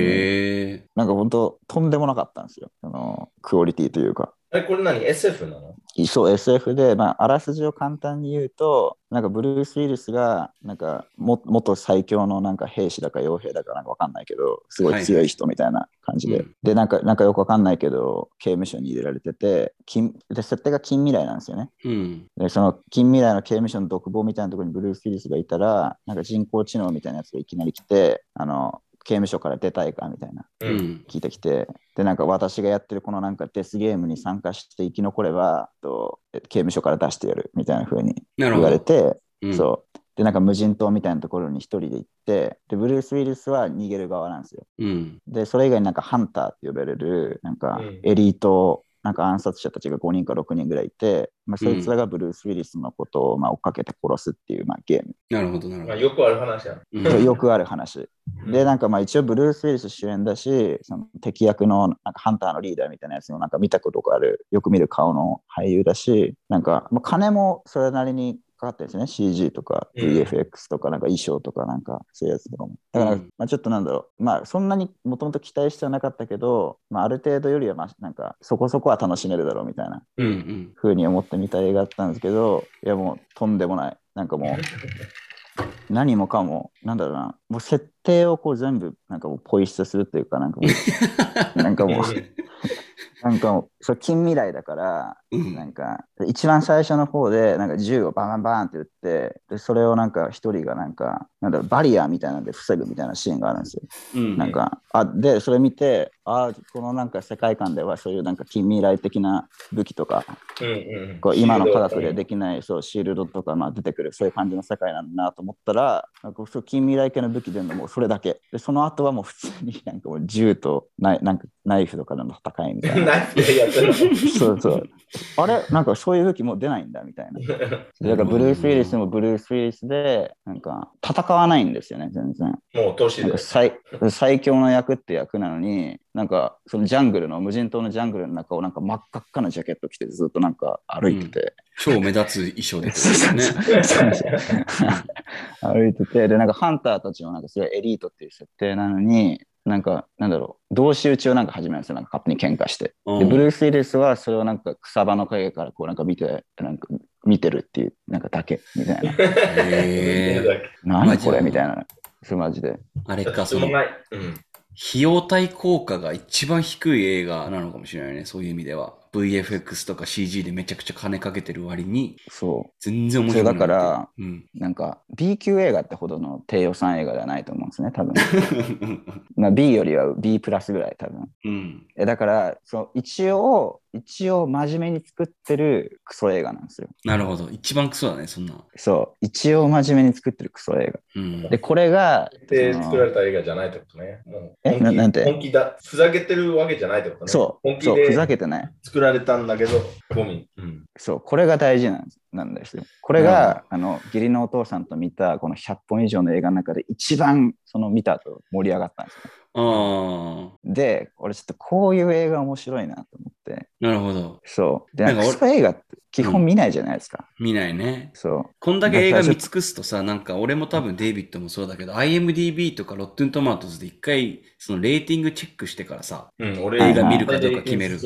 S1: へえ。
S3: なんか本当、とんでもなかったんですよ。あのクオリティというか。
S2: え、これ何 ?SF なの
S3: そう SF で、まあ、あらすじを簡単に言うとなんかブルース・ウィリスがなんかも元最強のなんか兵士だか傭兵だかなんか分かんないけどすごい強い人みたいな感じで、
S1: はいうん
S3: でなんかなんかよく分かんないけど刑務所に入れられてて近で設定が近未来なんですよね
S1: うん。
S3: でその近未来の刑務所の独房みたいなところにブルース・ウィリスがいたらなんか人工知能みたいなやつがいきなり来てあの刑務所から出たいかみたいな
S1: う。ん。
S3: 聞いてきてでなんか私がやってるこのなんかデスゲームに参加して生き残ればとえ刑務所から出してやるみたいな風に
S1: なる
S3: 言
S1: ほ
S3: われ
S1: ど。
S3: て、
S1: うん
S3: そうでなんか無人島みたいなところに一人で行ってでブルース・ウィリスは逃げる側なんですよ
S1: うん。
S3: でそれ以外になんかハンターって呼ばれるなんか
S2: うん
S3: エリートなんか暗殺者たちが5人か6人ぐらいいて、まあ、そいつらがブルース・ウィリスのことをまあ追っかけて殺すっていうまあゲーム、
S1: なるほど、なるほ
S2: まあ、
S1: ど。
S2: よくある話やん。
S1: うん
S3: そうよくある話で、
S2: うん
S3: なんかまあ一応ブルース・ウィリス主演だし、その敵役のなんかハンターのリーダーみたいなやつもなんか見たことがある、よく見る顔の俳優だし、なんかまあ金もそれなりにかかってるんですね、CG とか
S2: うん
S3: VFX とかなんか衣装とかなんかそういうやつとかも。だから、
S1: うん
S3: まあちょっとなんだろう、まあそんなにもともと期待してはなかったけど、まあある程度よりはまあなんかそこそこは楽しめるだろうみたいな
S1: うんうん。
S3: 風に思って見た映画だったんですけど、いやもうとんでもない。なんかもう、何もかも、なんだろうな、もう設定をこう全部、なんかもうポイ捨てするっていうか、なんかも う、なんかもう、なんかもう、そう近未来だから、
S1: うん
S3: なんか、一番最初の方で、なんか銃をバンバンバンって撃って、で、それをなんか一人がなんか、なんだろう、バリアーみたいなんで防ぐみたいなシーンがあるんですよ。
S1: うん
S3: なんか、あ、で、それ見て、あーこのなんか世界観ではそういうなんか近未来的な武器とか、
S2: うんうん
S3: こう今の科学でできないそうシールドとかまあ出てくるそういう感じの世界なんだなと思ったらなんかそう近未来系の武器でのもうそれだけでその後はもう普通に なんかもう銃とナイなんかナイフとかの戦いみ たいな
S2: ナイフでやってる
S3: そうそうあれなんかそういう武器もう出ないんだみたいなだからブルース・ウィリスもブルース・ウィリスでなんか戦わないんですよね全然
S2: の。もう年
S3: なん
S2: で
S3: か。最最強の役って役なのになんかそのジャングルの無人島のジャングルの中をなんか真っ赤っかなジャケット着てずっとなんか歩いてて、
S1: 超目立つ衣装で
S3: そ
S1: す
S3: う そう
S1: ね。
S3: そう 歩いててでなんかハンターたちもなんかすごいエリートっていう設定なのになんかなんだろう同士打ちをなんか始めるんですよなんか勝手に喧嘩して
S1: う
S3: でブ
S1: ん
S3: ルース・ウィリスはそれをなんか草場の陰からこうなんか見てなんか見てるっていう、なんかだけ、みたいな。
S1: へーマ
S3: 何
S1: ジで
S3: これみたいな。そうマジで。
S1: あれか、
S2: 質
S1: その
S2: 問、ない。うん。
S1: 費用対効果が一番低い映画なのかもしれないね、そういう意味では。VFX とか CG でめちゃくちゃ金かけてる割に、
S3: そ
S1: 全然面白くない。
S3: そうだから、
S1: うん。
S3: う。なんか B 級映画ってほどの低予算映画ではないと思うんですね、多 分。まあ B よりは B プラスぐらい、多分。
S1: うん。
S3: えだからそう、一応、一応真面目に作ってるクソ映画なんですよ。
S1: なるほど。一番クソだね、そんな。
S3: そう。一応真面目に作ってるクソ映
S1: うん
S3: 画。。で、これが、
S2: で、
S3: その
S2: 作られた映画じゃないってことね。もう
S3: え
S2: 本気
S3: ななんて
S2: 本気だ。ふざけてるわけじゃないってことね。
S3: そう
S2: 本、気
S3: そう、ふざ
S2: で
S3: けてない。
S2: 作られたんだけど、ゴミ。うん。
S3: そう、これが大事なんですなんですよ。これが、あの、義理のお父さんと見た、この100本以上の映画の中で一番、その見た後盛り上がったんですよ。
S1: ああ、
S3: で、俺ちょっとこういう映画面白いなと思って、
S1: なるほど。
S3: そう。で、
S1: な
S3: な
S1: か
S3: んんか
S1: 俺
S3: クソ映画って基本見ないじゃないですか。
S1: 見ないね。
S3: そう。
S1: こんだけ映画
S3: だから
S1: 見
S3: ちょっと
S1: 尽くすとさ、なんか俺も多分デイビッドもそうだけど、IMDB とかロットントマトズで一回、そのレーティングチェックしてからさ、
S2: うん、俺
S3: 映画見る
S1: かどうか決める
S2: うん。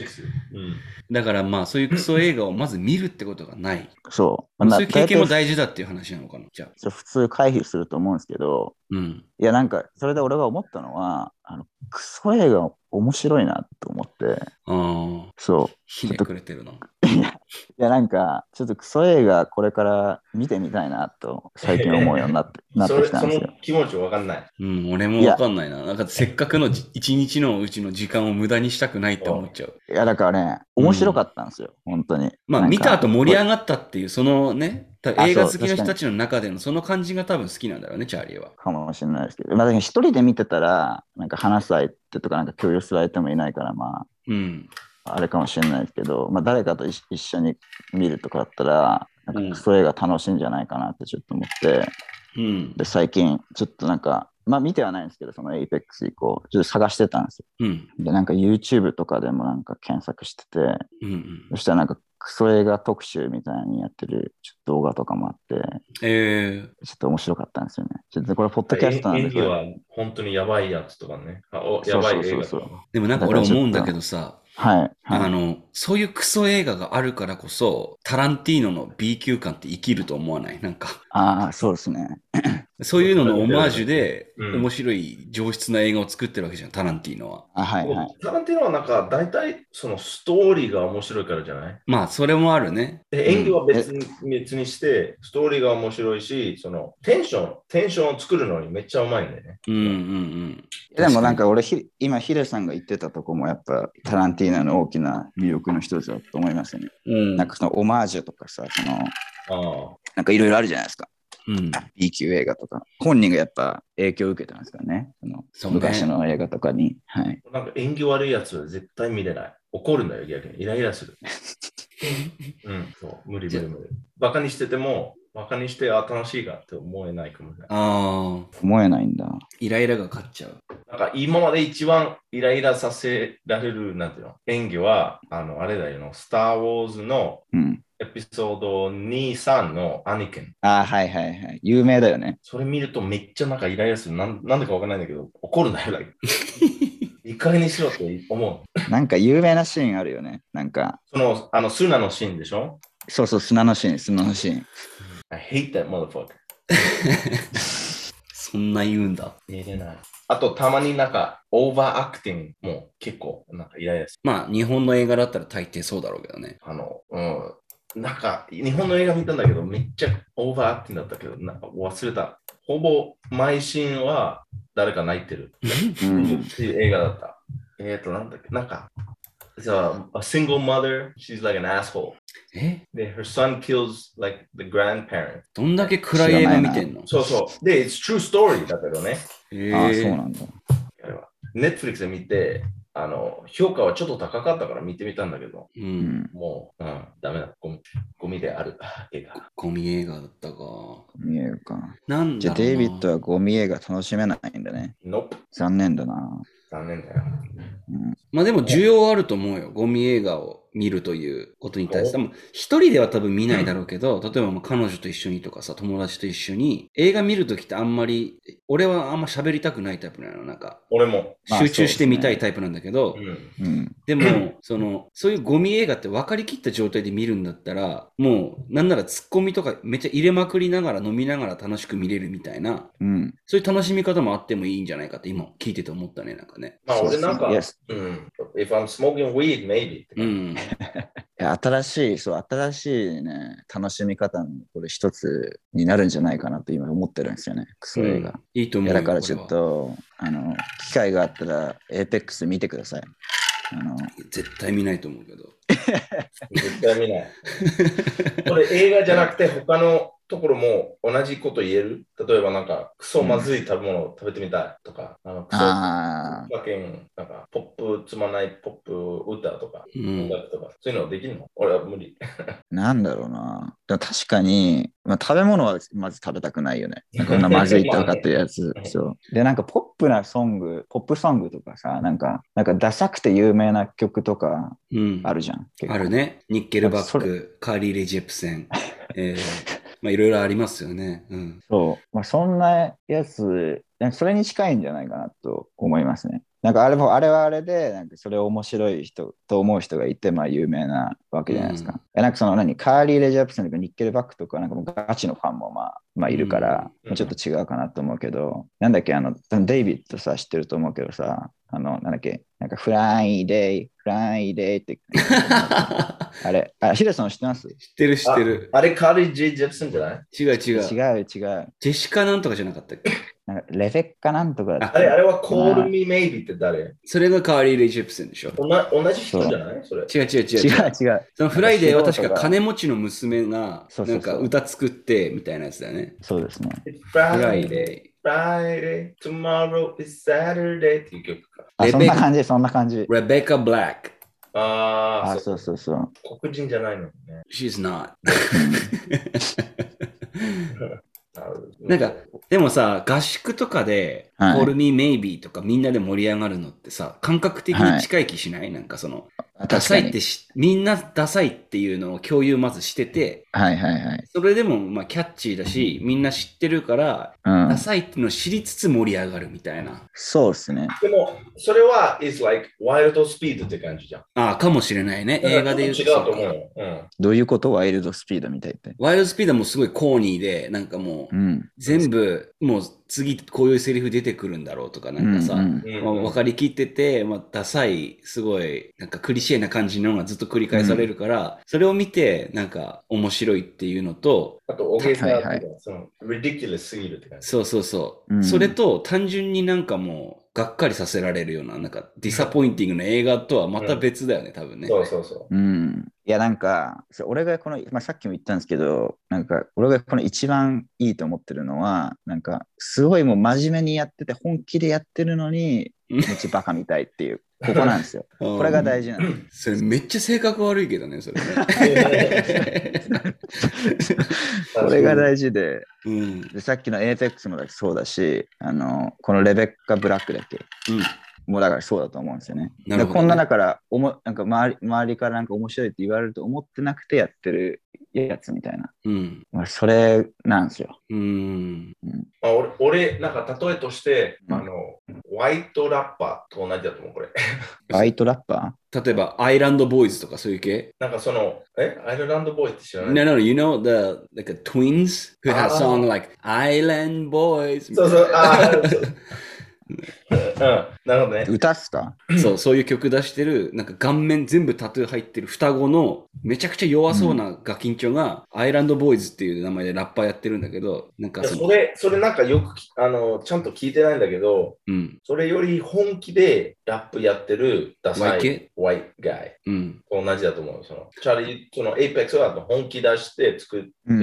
S1: だからまあそういうクソ映画をまず見るってことがない。
S3: そう。
S1: そういう経験も
S3: 大体
S1: 大事だっていう話なのかな、じゃあ。
S3: そう普通回避すると思うんですけど、
S1: うん。
S3: いや、なんか、それで俺が思ったのは、あの、クソ映画面白いなと思って、
S1: ああ、
S3: そう。
S1: ひねくれてるな。
S3: いやなんかちょっとクソ映画これから見てみたいなと最近思うよう になってなっ
S2: そ
S3: て
S2: れ
S3: きた
S2: そ
S3: んです
S2: の
S3: よ。
S2: 気持ちわかんない。
S1: うん、俺もわかんないな。なんかせっかくのじ一日のうちの時間を無駄にしたくないって思っちゃう。
S3: いやだからね面白かったんですよ、本当に。
S1: ま
S3: な
S1: あ
S3: んか
S1: 見た後盛り上がったっていう、そのね、た
S3: あ
S1: 映画
S3: そ
S1: 好
S3: う
S1: きの
S3: 確か
S1: 人
S3: に
S1: たちの中でのその感じが多分好きなんだろうね、チャーリーは。
S3: かもしれないですけど、まあ、だけど一人で見てたらなんか話す相手とかなんか共有する相手もいないからま
S1: うん。
S3: ああれかもしれないですけど、まあ、誰かと一一緒に見るとかだったらなん
S1: うん
S3: かクソ映画楽しいんじゃないかなってちょっと思って、
S1: うん。
S3: で最近ちょっとなんかまあ見てはないんですけどその APEX 以降ちょっと探してたんですよ。
S1: うん。
S3: でなんか YouTube とかでもなんか検索してて
S1: うんうん
S3: そ。したらなんかクソ映画特集みたいにやってるちょっと動画とかもあって、
S1: え
S3: ちょっと面白かったんですよね。ちょっとこれ、ポッドキャストなんで
S2: 演
S3: す
S2: 技
S3: よ。
S2: は本当にやばいやつとかね。あお
S3: そ
S2: や
S3: う
S2: ば
S3: そ
S2: いう映
S3: そう
S2: 画
S3: そ
S2: と
S3: う
S2: か。
S1: ーでもなんか俺思うんだけどさ、
S3: はい。は
S1: あ
S3: い、
S1: の、そういうクソ映画があるからこそ、タランティーノの B 級感って生きると思わないなんか、
S3: ああ、そうですね。
S1: そういうののオマージュで、
S2: うん
S1: 面白い上質な映画を作ってるわけじゃん、タランティーノは。
S3: あはいはい。
S2: タランティーノはなんか大体そのストーリーが面白いからじゃない
S1: まあ、それもあるね。
S2: で演技は別に,、別にして、ストーリーが面白いし、そのテンション、テンションを作るのにめっちゃうまいんだよね。
S1: うんうんうん。
S3: でもなんか俺ひ、今、ヒデさんが言ってたとこもやっぱ、タランティーナの大きな魅力の一つだと思いますよね。
S1: うん
S3: なんかそのオマージュとかさ、その
S2: あ
S3: なんかいろいろあるじゃないですか。
S1: うん、
S3: B 級映画とか。本人がやっぱ影響を受けてますからね。その
S1: そうね
S3: 昔の映画とかに。はい。
S2: あ。なんか演技悪いやつは絶対見れない。怒るんだよ、逆に。イライラ する。うん、そう、無理無理無理。バカにしてても、バカにして、あ、楽しいかって思えないかもしれない。
S1: ああ、
S3: 思えないんだ。
S1: イライラが勝っちゃう。
S2: なんか今まで一番イライラさせられるなんていうの演技はあのあれだよなスター・ウォーズの
S3: うん。
S2: エピソード2、3のアニケン。
S3: ああ、はいはいはい。有名だよね。
S2: それ見るとめっちゃなんかイライラする。なんなんでかわかんないんだけど、怒るんだよ。like いい加減にしろって思う。
S3: なんか有名なシーンあるよね。なんか、
S2: その、あの、スナのシーンでしょ
S3: そうそう、砂のシーン、砂のシーン。
S2: ?I hate that motherfucker.
S1: そんな言うんだ。
S2: 見れない。あと、たまになんか、オーバーアクティングも結構なんかイライラする。
S1: まあ、日本の映画だったら大抵そうだろうけどね。
S2: あの、うん。なんか、日本の映画見たんだけど、めっちゃオーバーアクティングだったけど、なんか忘れた。ほぼ、毎シーンは誰か泣いてる。
S3: うん、
S2: っていう映画だった。えっ、ー、と、なんだっけ、なんか、It's a, a single mother, she's like an asshole.
S1: え
S2: で、her son kills like the grandparent.
S1: どんだけ暗い映画見てんの
S2: そうそう。で、It's true story だけどね。
S1: へえ
S3: ああ、そうなんだ。
S2: あれは。Netflix で見て、あの、評価はちょっと高かったから見てみたんだけど、
S1: う。
S3: うんん、
S2: もう、うん、ダメだ。ゴミ、ゴミである映画。
S1: ゴミ映画だったか。
S3: 見えるか。
S1: なん
S3: じ
S1: だ
S3: ゃあ、
S1: ろうな
S3: デイビッドはゴミ映画楽しめないんだね。
S2: Nope。
S3: 残念だな。
S2: 残念だよ。
S3: うん、
S1: まあでも需要はあると思うよ。ゴミ映画を見るというこことに対して、多分一人では多分見ないだろうけど、例えばまあ彼女と一緒にとかさ、友達と一緒に、映画見るときってあんまり、俺はあんま喋りたくないタイプなの、なんか、
S2: 俺も。
S3: まあ
S1: 集中して見た
S3: そうです
S1: いタイプなんだけど、
S2: うん。
S3: うん。
S1: でも、その、そういうゴミ映画って分かりきった状態で見るんだったら、もう、なんならツッコミとかめっちゃ入れまくりながら飲みながら楽しく見れるみたいな、
S3: うん。
S1: そういう楽しみ方もあってもいいんじゃないかって今聞いてて思ったね、なんかね。
S2: まあ
S3: そう
S2: 俺
S3: ですね
S2: なんか、
S3: いやす
S2: うん。If I'm smoking weed, maybe.
S1: う。 ん。
S3: いや新しい、そう、新しいね、楽しみ方のこれ一つになるんじゃないかなと今思ってるんですよね、クソ映画。
S1: いいと
S3: い
S1: 思うよ。
S3: やだからちょっ、
S1: こと
S3: あの、機会があったら、エーペックス見てください。あ
S1: れは。
S3: の、
S1: 絶対見ないと思うけど。
S2: 絶対見 ない。これ映画じゃなくて他のところも同じこと言える例えばなんかクソまずい食べ物を食べてみたいとか、あのクソ
S3: ああ、
S2: 馬券なんかポップつまないポップ歌とか、
S1: う
S2: 音
S1: ん。
S2: 楽とか、そういうのできるの俺は無理。
S3: なんだろうな。でも確かに、まあ、食べ物はまず食べたくないよね。なんかこんなまずいって分かってるやつ
S2: まあ。ね
S3: そう。で、なんかポップなソング、ポップソングとかさ、なんか、なんかダサくて有名な曲とか
S1: うん。
S3: あるじゃん。結構
S1: ある。ね。ニッケルバッ
S3: そ
S1: ク、カーリー・レジェプセン。えー、 まあいろいろありますよね。うん。
S3: そう。まあ、そんなやつ、なんかそれに近いんじゃないかなと思いますね。なんかあれもあれはあれで、なんかそれを面白い人と思う人がいて、まあ有名なわけじゃないですか。
S1: うん
S3: えなんかその何、カーリー・レジャープスとかニッケルバックとか、なんかもうガチのファンもまあ、まあいるから、
S2: うん
S3: まあちょっと違うかなと思うけど、なんだっけ、あの、デイビッドさ、知ってると思うけどさ、あの、なんだっけ、なんかフライデー、フライデーって、あれ、あ、ヒデさん知ってま す
S1: 知ってる知ってる。
S2: あれ、カーリー・ジェイ・ジェプソンじゃない
S1: 違う違
S3: 違
S1: う。
S3: う違う。
S1: ジェシカなんとかじゃなかったっけ
S3: なんかレベッカなんとかだっ
S2: あ
S3: た
S2: れあれは Call Me Maybe って誰
S1: それがカーリー・レジェプセンでしょ。
S2: おな同じ人じゃないそれ。
S1: 違う違う違う
S3: 違う違う。
S1: そのフライデーは
S3: なん
S1: 確
S3: か素人
S1: か
S3: が
S1: 金持ちの娘が
S3: そ
S1: なん
S3: うそうそう
S1: か歌作ってみたいなやつだよね。
S3: そうですね。
S2: フ
S1: フ
S2: ラ
S1: ラ
S2: イ
S1: イ
S2: デ
S1: デ
S2: ー、Friday, Tomorrow is Saturday っていう曲か。
S3: あ、
S1: レ
S3: そ
S1: ベ
S3: んな感じ、そんな感じ。
S1: ー。レベカ・ブラック。
S2: あ
S3: あ、
S2: あ、そ
S3: そううそう そう。
S2: 黒人じゃないのね。
S1: She's not.
S2: なるほど
S1: なんか、でもさ、合宿とかで、
S3: はい
S1: Call Me Maybe とかみんなで盛り上がるのってさ、感覚的に近い気しない、なんかその、
S3: あ
S1: ダ
S3: 確
S1: サ
S3: か
S1: いっ
S3: に
S1: て。し、みんなダサいっていうのを共有まずしてて、
S3: はいはいはい。
S1: それでもまあキャッチーだし、みんな知ってるから、
S3: う
S1: ダ
S3: ん。
S1: サいっていうのを知りつつ盛り上がるみたいな。
S3: そうですね。
S2: でも、それは、is like wild speed って感じじゃん。
S1: ああ、かもしれないね。映画で言う
S2: と。
S1: と
S2: 違うと
S1: そう
S2: 思う
S1: か
S2: よ。うん。
S3: どういうことワイルドスピードみたいって。
S1: ワイルドスピードもすごいコーニーで、なんかもう、
S3: うん。
S1: 全部、もう次こういうセリフ出てくるんだろうとか、なんかさ、
S3: うんうん
S2: うん
S1: まあ、分かりきってて、まあ、ダサい、すごい、なんかクリシェな感じのがずっと繰り返されるから、それを見て、なんか面白いっていうのと、
S2: あと、大げさ
S3: は
S2: ないんか、その、ridiculous すぎるって感じ。
S1: そうそうそう、
S3: うん
S1: それと単純になんかもう、がっかりさせられるような、なんかディサポインティングの映画とはまた別だよね、多分ね。
S2: そうそう そ
S3: うん。いや、なんか、そう俺がこの、まあ、さっきも言ったんですけど、なんか、俺がこの一番いいと思ってるのは、なんか、すごいもう真面目にやってて、本気でやってるの
S1: う
S3: に、
S1: ん
S3: めっちゃバカみたいっていう、ここなんで すよ。
S1: こ
S3: これが大事なんで
S1: それめっちゃ性格悪いけどね、 それ
S2: う。
S1: ね。
S3: す。こ れが大事で、
S1: うん。
S3: でさっきの APEX もそうだし、あの、このレベッカ・ブラックだっけもうだからそうだと思うんですよね。
S1: なるほどね
S3: でこんなだからおもなんか周り周りからなんか面白いって言われると思ってなくてやってるやつみたいな。
S1: うん。うん。
S3: まあ、それなんですよ。
S1: うん。
S2: まあ、俺、俺なんか例えとして、
S3: うん
S2: あの、ワイトラッパーと同じだと思う、これ。
S3: バイトラッパ
S1: 例えば、アイランドボーイズとかそういう系
S2: なんかその、えアイルランドボーイって知ら
S1: No,
S2: ない
S1: no, you know the like the twins who had a
S2: あー
S1: song like Island Boys.
S2: そうそう、ああ、そう。うん、なるほどね
S3: ー。歌っすか
S1: そう、そういう曲出してる、なんか顔面全部タトゥー入ってる双子のめちゃくちゃ弱そうなガキンチョが、アイランドボーイズっていう名前でラッパーやってるんだけど、なん
S2: い
S1: か
S2: や
S1: そ
S2: そ
S1: の、
S2: れ、それなんかよくき、あの、ちゃんと聞いてないんだけど、
S1: うん、
S2: それより本気でラップやってるダサ
S1: ワイ
S2: い
S1: 系
S2: ワイガイ
S1: うん、
S2: と同じだと思う。その、チャーリー、その、エイペックスは本気出して作って、
S3: う
S1: う
S3: ん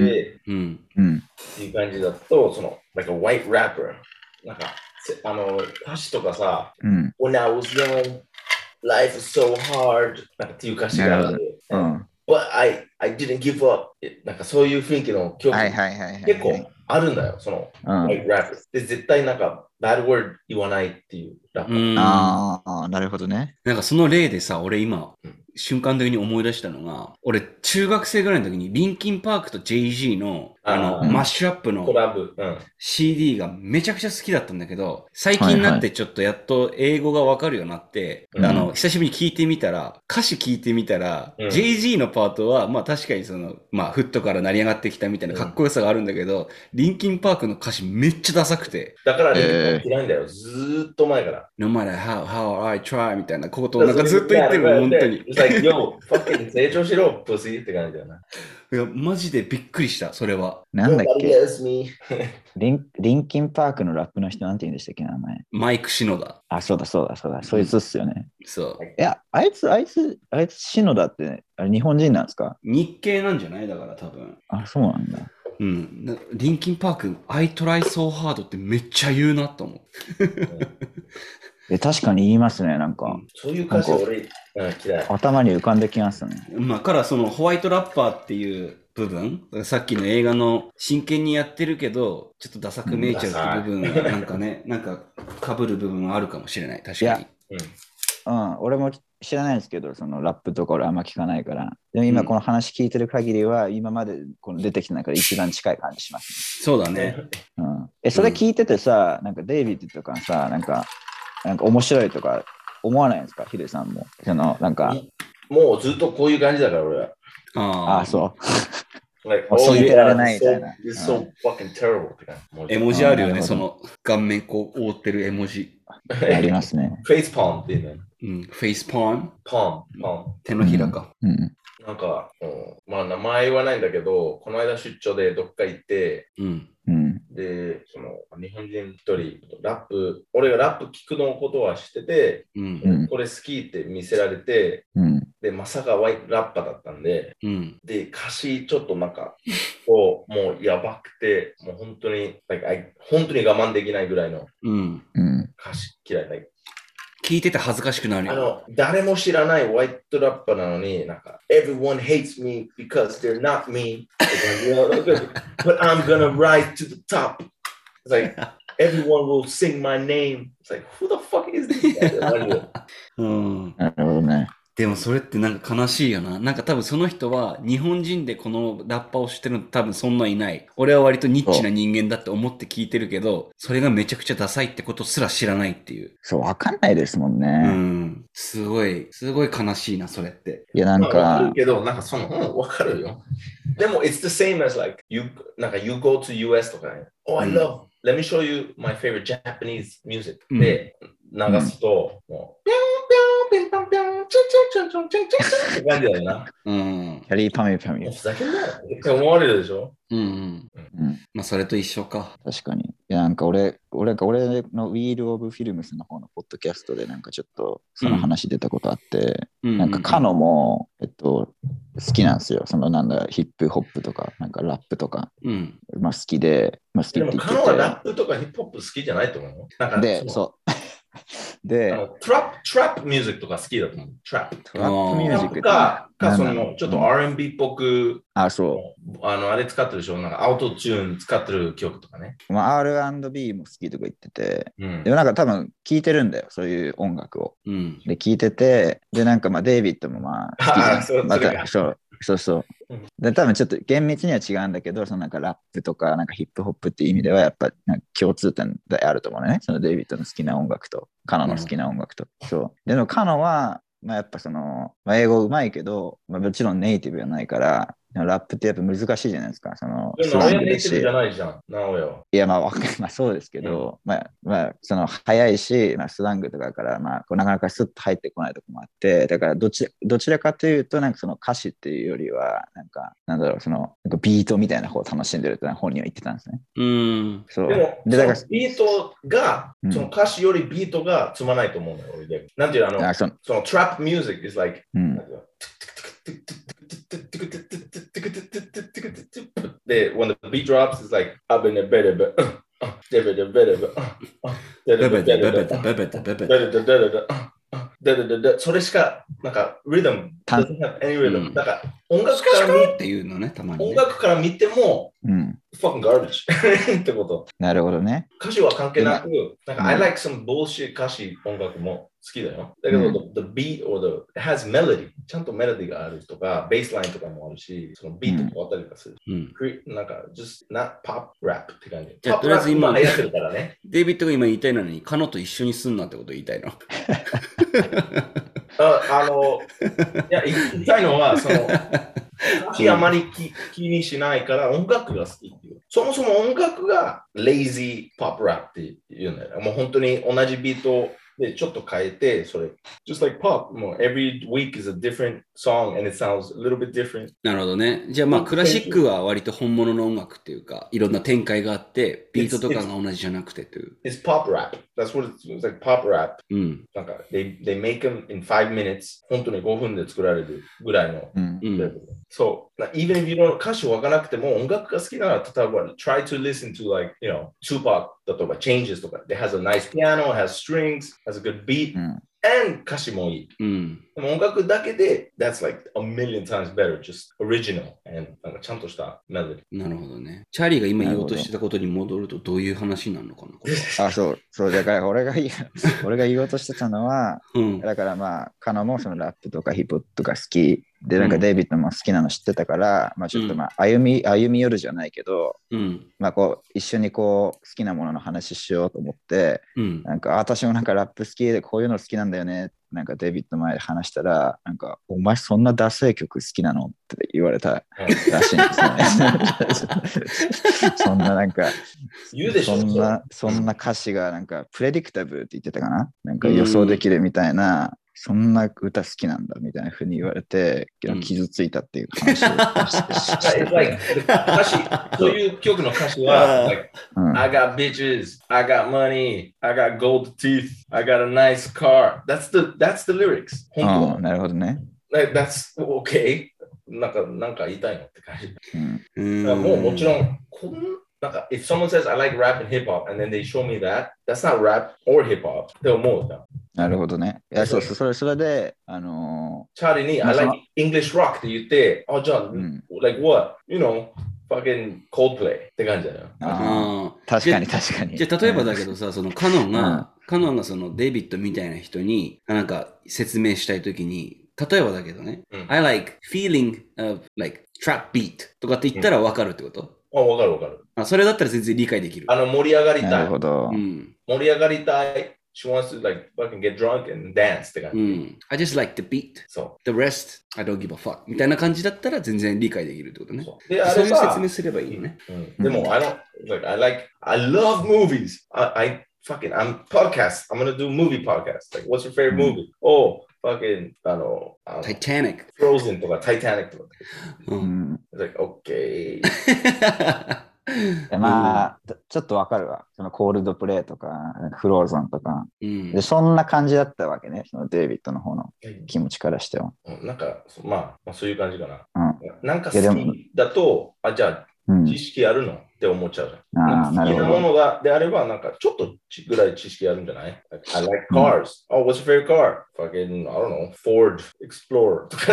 S1: ん、
S3: うん。
S2: っていう感じだと、その、なんか、ワイトラッパー。なんか、せあの、歌詞とかさ、
S3: うん。
S2: When I was young, life is so hard なんかっていう歌詞がある。
S3: うん。
S2: But I, I didn't give up. えなんかそういう雰囲気の曲、
S3: はいはいはいはい。
S2: 結構あるんだよ、その、
S3: うん。
S2: like rap。で、絶対なんか、bad word 言わないっていうラップ。
S1: うん。な
S3: ああ、なるほどね。
S1: んかその例でさ、俺今
S2: うん、
S1: 瞬間的に思い出したのが、俺、中学生ぐらいの時に、リンキンパークと JG の、あの、
S2: あー
S1: マッシュアップの
S2: コラボ、うん。
S1: CD がめちゃくちゃ好きだったんだけど、最近になってちょっとやっと英語がわかるようになって、
S2: うん
S1: あの、久しぶりに聞いてみたら、歌詞聞いてみたら、
S2: うん
S1: JG のパートは、まあ確かにその、まあフットから成り上がってきたみたいなかっこよさがあるんだけど、リンキンパークの歌詞めっちゃダサくて、
S2: だから、
S3: え
S2: ね
S3: ー
S2: 嫌いんだよ、ずーっと前から。
S1: No matter how, how I try みたいなことをなんかずっと言ってるの、本当に。
S2: It's like, yo, fucking 成長しろ、プシーって感じだよな。
S1: いや、マジでびっくりした、それは。
S3: なんだっ
S2: Nobody
S3: け
S2: else me.
S3: リンリンキンパークのラップの人なんて言うんでしたっけ名前。
S1: マイク・シノダ。
S3: あ、そうだそうだそうだ。そいつっすよね。
S1: そう。
S3: いや、あいつ、あいつ、あいつ、篠田って、あれ日本人なんですか
S1: 日系なんじゃないだから多分。
S3: あ、そうなんだ。
S1: うん。なリンキンパーク、I try so hard ってめっちゃ言うなと思う。
S3: え、確かに言いますね、なんか。
S2: そういう歌詞
S3: なんか
S2: 俺、うん、嫌い。
S3: 頭に浮かんできますね。
S1: まあ、からそのホワイトラッパーっていう部分、さっきの映画の真剣にやってるけど、ちょっとダサく見えちゃうって部分は、なんかね、なんか被る部分はあるかもしれない、確
S3: い
S1: か
S3: や
S1: に。
S3: うん、俺も知らないですけど、そのラップとか俺あんま聞かないから。でも今この話聞いてる限りは、今までこの出てきた中で一番近い感じします
S1: そうだね。
S3: ね。うん。え、それ聞いててさ、なんかデイビッドとかさ、なんか、なんか面白いとか思わないんですかヒデさんも。その、なんか、
S2: もうずっとこういう感じだから俺は。
S1: あ
S3: あ
S1: あ、
S3: あ、そう。
S2: Like,
S3: あそう言ってられない
S2: oh, yeah,
S3: み
S2: It's
S3: たいな
S2: so, it's so fucking terrible って感じ。もう
S1: 絵文字あるよね、
S3: あー
S1: その顔面こう覆ってる絵文字。
S3: ありますね。
S2: フェイスパンっていうね。
S1: うん、フェイスパーン、
S2: パン、パン。
S1: 手のひらか。
S3: うん。
S2: なんか、うん、まあ名前言わないんだけど、この間出張でどっか行って、
S1: うん。
S3: うん。
S2: で、その日本人一人、ラップ、俺がラップ聞くのことは知ってて、
S1: うん。
S3: うん
S2: これ好きって見せられて、
S3: うん。
S2: で、まさかワイラッパーだったんで、
S1: うん。
S2: で、歌詞ちょっとなんか、こう、もうやばくて、もう本当に、like, I- 本当に我慢できないぐらいの
S1: うん。
S3: うん。
S2: 歌詞嫌い。like,
S1: 聞いてて恥ずかしくなる
S2: あ
S1: よ。
S2: の、誰も知らないホワイトラッパーなのに、なんか、everyone hates me because they're not me. But I'm gonna rise to the top. It's like, everyone will sing my name. It's like, who the fuck is this? guy?
S1: うん。
S3: なるほどね。
S1: でもそれってなんか悲しいよな。なんか多分その人は日本人でこのラッパーを知ってるの多分そんないない。俺は割とニッチな人間だって思って聞いてるけど、それがめちゃくちゃダサいってことすら知らないっていう。
S3: そう、わかんないですもん
S1: う
S3: ね。
S1: ん。すごい、すごい悲しいな、それって。
S3: いや、なん
S2: まあわか
S3: か
S2: る、けど、なんかその、うん、わかるよ。でも、it's the same as like, you, なんか you go to US とかね、oh, I
S1: うん
S2: love, let me show you my favorite Japanese music
S1: うん
S2: で流すと、もう、ピョンピョン、ピョンピョンピョン、チュンチュンチュンチュンチュンチュンって感じだよな。
S1: うん。
S3: キャリーパミュパミ
S2: もうふ
S3: ュ。
S2: ざけんなよって思われるでしょ
S1: うん、うん。
S3: うん。
S1: まあそれと一緒か。
S3: 確かに。いやなんか俺、俺が俺のウィール・オブ・フィルムスの方のポッドキャストでなんかちょっとその話出たことあって、
S1: うん。
S3: なんかカノも、えっと、好きなんですよ。そのなんだ、ヒップホップとか、なんかラップとか、
S1: うん。
S3: まあ好きで、まあ好き
S2: で
S3: って
S2: も、
S3: 言っ
S2: カノは
S3: て
S2: ラップとかヒップホップ好きじゃないと思うよ。なんか
S3: て。で、
S2: そ
S3: そう。
S2: う あ
S3: で、
S2: のトラップ、トラップミュージックとか好きだと思う。トラップ。
S3: トラップミュ
S2: ト
S3: ー
S2: ラ
S3: ジッ
S2: ッ
S3: ク
S2: プ
S3: って
S2: か、かそ
S3: なんだろ
S2: の
S3: う
S2: ちょっと R&B っぽく、
S3: あ、そ
S2: あの、あれ使ってるでしょなんかアウトチューン使ってる曲とかね。
S3: う。まあ、R&B も好きとか言ってて、
S2: うん
S3: でもなんか多分聞いてるんだよ、そういう音楽を。
S1: うん。
S3: で、聞いてて、で、なんかまあ、デイビッドもまあ、好きじ ゃ
S2: あー
S3: ん
S2: そう
S3: ま
S2: それ
S3: た、
S2: が
S3: そう、そうそう
S2: うん。
S3: で、多分ちょっと厳密には違うんだけど、そのなんかラップとか、なんかヒップホップっていう意味では、やっぱなんか共通点であると思うのね。そのデイビッドの好きな音楽と、カノの好きな音楽と。そう。でもカノは、まあやっぱその、まあ、英語うまいけど、まあ、もちろんネイティブじゃないから、でもラップってやっぱ難しいじゃないですか。その、
S2: で
S3: ス
S2: も
S3: ラン
S2: 俺
S3: グ
S2: ネ
S3: だ
S2: イティブ
S3: し
S2: じゃ。ないじゃん、なおよ。
S3: いや、まあ、わかんまあ、そうですけど、まあ、まあ、その、早いし、まあ、スラングとかだから、まあ、こうなかなかスッと入ってこないとこもあって、だから、どちら、どちらかというと、なんかその歌詞っていうよりは、なんか、なんだろう、その、なんかビートみたいな方を楽しんでるって本人は言ってたんですね。
S1: うん。
S3: そう。
S2: でも、
S3: で、だか
S2: そのビートが
S3: う、ん
S2: その歌詞よりビートがつまないと思うのよ、俺で。なんていうのあ
S3: ら、
S2: の、
S3: あその、
S2: そのトラップミュージック is like
S3: うん。
S2: で、when the beat drops, it's like, I've been a better, but, better, better, better,
S1: ベベタ、ベベタ、ベベタ、ベベタ。
S2: だだだだそれしか、なんか、リズム、
S3: 単
S2: doesn't have any rhythm
S1: うん
S2: なんか、音
S1: ス
S2: 楽
S1: カ
S2: か
S1: ス
S2: ら
S1: カっ
S2: 見
S1: ていうのね、たまに、ね。
S2: 音楽から見ても、
S3: うん。
S2: fucking garbage ってこと。
S3: なるほどね。
S2: 歌詞は関係なく、なんか、
S3: うん
S2: I like some bullshit 歌詞音楽も好きだよ。だけど、
S3: うん
S2: the, the beat or the, it has melody。ちゃんとメロディーがあるとか、ベースラインとかもあるし、そのビートもあったりとかする。
S1: うん。
S2: クリなんか、just not pop rap って感じ。
S1: じゃあ
S2: pop
S1: とりあえず
S2: rap
S1: 今
S2: も流行ってるからね。
S1: デイビッドが今言いたいのに、カノと一緒にすんなってこと言いたいの。
S2: ああの、いや、言いたいのは、その、歌詞あまり気気にしないから音楽が好きっていう。そもそも音楽が lazy pop rap っていうんだよね。もう本当に同じビートでちょっと変えて、それ。just like pop, もう every week is a different song and it sounds a little bit different.
S1: なるほどね。じゃあまあクラシックは割と本物の音楽っていうか、いろんな展開があって、ビートとかが同じじゃなくてという。
S2: It's pop rap. That's what it's, it's like pop rap.
S1: うん。
S2: なんか、they, they make them in five minutes. 本当に5分で作られるぐらいの
S3: うん。
S1: うん。
S2: そう。な even if you don't 歌詞わからなくても音楽が好きなら、例えば、try to listen to like, you know, Tupac だとか Changes とか、it has a nice piano, it has strings, has a good beat,
S3: うん
S2: and 歌詞もいい。
S1: うん。
S2: でも音楽だけで、that's like a million times better, just original, and なんかちゃんとしたメロディー。
S1: なるほどね。チャーリーが今言おうとしてたことに戻るとどういう話になるのかなこれは
S3: あ、そう、そう、だから俺が言う 俺が言おうとしてたのは、
S1: うん。
S3: だからまあ、カノもそのラップとかヒップホップとか好きで、なん
S1: う
S3: か
S1: ん
S3: デイビッドも好きなの知ってたから、まあちょっとまあ、歩み、歩み寄るじゃないけど、
S1: うん。
S3: まあこう、一緒にこう、好きなものの話しようと思って、
S1: うん。
S3: なんか、あ私もなんかラップ好きで、こういうの好きなんだよね。なんかデイビッド前で話したら、なんか、お前そんなダセい曲好きなのって言われたらしいんですよ ね。そんななんか、
S2: 言うでしょ
S3: そん
S2: それ
S3: な、そんな歌詞がなんか、プレディクタブルって言ってたかななんか予想できるみたいな、そんな歌好きなんだみたいなふうに言われて
S1: うん、
S3: 傷ついたっていう話をしして
S2: It's like,
S3: て。
S2: 歌詞、そういう曲の歌詞は、like,
S3: うん
S2: I got bitches, I got money, I got gold teeth, I got a nice car. That's the that's the lyrics. 本当
S3: うんなるほどね。
S2: Like, that's okay. なんかなんか言いたいのって感じ。
S3: うん
S2: もうもちろ
S1: ん。
S2: ん、こんなんか、if someone says I like rap and hip hop and then they show me that, that's not rap or hip hop. って思うじゃん。
S3: なるほどね。いや、そうそう、それ、それで、あの
S2: チャーリーに I
S3: まあ
S2: like English rock って言って、あ、じゃあ、
S3: ーうん。
S2: Oh, like what? You know, fucking Coldplay って感じだよ。
S3: あー
S1: ああ。
S3: 確かに確かに。
S1: じゃあ例えばだけ
S3: ど。
S1: どさ、そのカノンが、カノンがそのデイビッドみたいな人になんか説明したいときに、例えばだけどね、
S2: うん
S1: I like feeling of like trap beat とかって言ったらわかるってこと、
S2: あ、わかるわかる。
S1: あそれだったら全然理解できる
S2: あ。の、盛り上がり
S3: な
S2: たい
S3: る。ほど
S1: う。ん。
S2: 盛り上がりたい。She wants to like fucking get drunk and dance って感じ。
S1: うん。I just like the beat.
S2: そ
S1: The rest, I don't give a fuck. みたいな感じだったら全然理解できるってこと
S2: う
S1: ね。
S2: そう。で、あ
S1: そう
S2: れ
S1: いう
S2: さ
S1: 説、明すればいいよね。
S2: うんでも、I Mm. don't, like, I like, I love movies. I, I fucking, I'm podcast. I'm gonna do movie podcast. Like, what's your favorite
S3: うん
S2: movie? Oh, fucking, あの、あの
S1: Titanic.
S2: Frozen とか Titanic とか。
S1: う。
S3: うんん
S2: It's like, okay.
S3: でまあ、ちょちょっとわかるわ。そのコールドプレイとか、フローゾンとか。
S1: うん
S3: で、。そんな感じだったわけね。そのデイビッドの方の気持ちからしては。
S2: うんなんか、そまあ、まあ、そういう感じかな。
S3: うん
S2: なんか
S3: いやで
S2: 好
S3: も
S2: きだと、あ、じゃ
S3: う
S2: あ、
S3: ん
S2: 知。識あるのって思っちゃうじゃん。
S3: ああ、な
S2: 好き
S3: る
S2: な
S3: ほ
S2: も
S3: ど。
S2: のがであれば、なんかちょっとちぐらい知識あるんじゃない like, ?I like cars.、oh, what's your favorite car? Fucking, I don't know, Ford Explorer と か、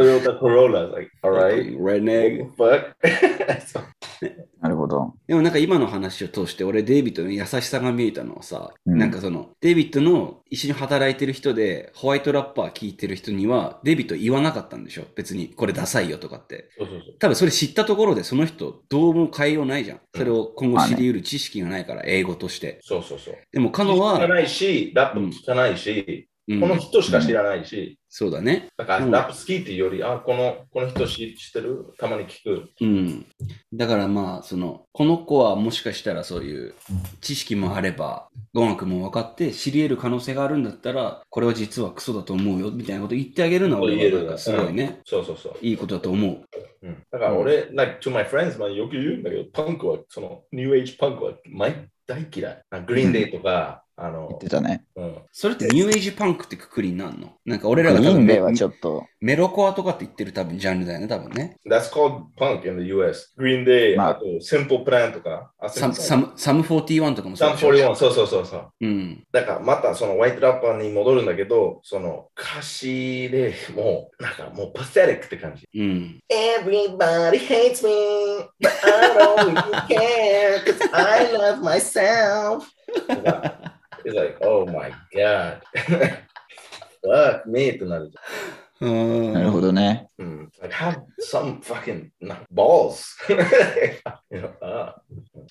S2: Toyota Corolla. Like, alright.
S1: Reneg.
S2: What the fuck? そう
S3: なるほど。
S1: でもなんか今の話を通して俺デイビッドの優しさが見えたのはさ、
S3: うん
S1: なんかそのデイビッドの一緒に働いてる人でホワイトラッパー聞いてる人にはデイビッド言わなかったんでしょ別にこれダサいよとかって。
S2: そうそう。
S1: 多分それ知ったところでその人どうも変えようないじゃん。それを今後知り得る知識がないから英語として。
S2: そうそうそう。
S1: でもカノ
S2: 聞か
S1: は、
S2: ないし、ラップも聞かないし、
S1: うん
S2: この人しか知らないし、
S1: そうだね。
S2: だから
S1: うん
S2: ラップ好きっていうより、あ、このこの人知知ってるたまに聞く。
S1: うん。だからまあ、その、この子はもしかしたらそういう知識もあれば、語学も分かって知り得る可能性があるんだったら、これは実はクソだと思うよ、みたいなこと言ってあげるのは
S2: 言え
S1: 俺
S2: る
S1: はなんかすごいね、
S2: そうそうそう。
S1: いいことだと思
S2: うん、だから俺、like, to my friends まあよく言うんだけど、パンクは、その、ニューエイジパンクは毎大嫌い。グリーンデイとか、あの
S3: 言って、たね。
S2: うん、
S1: それってニューエイジパンクってくくりになんのなんか俺らが多
S3: イン
S1: 分
S3: デ
S1: メ
S3: ーはちょっと、
S1: メロコアとかって言ってる多分ジャンルだよね、多分ね。
S2: That's called punk in the US. Green Day、
S3: まあ
S2: あと Simple Plan とか、あ
S1: サム
S2: Simple
S1: サムサム41とかもそうでしょ
S2: Plan 341、そうそうそうそう。
S1: うん。
S2: だからまたそのワイトラッパーに戻るんだけど、その歌詞でもう、なんかもうパセリックって感じ。
S1: うん。
S2: Everybody hates me, but I don't really care, cause I love myself. It's like, oh my god. Fuck me ってなるじ
S1: うん
S3: なるほどね。
S2: ゃん。うん。Like, have some fucking like, balls. You know, ah.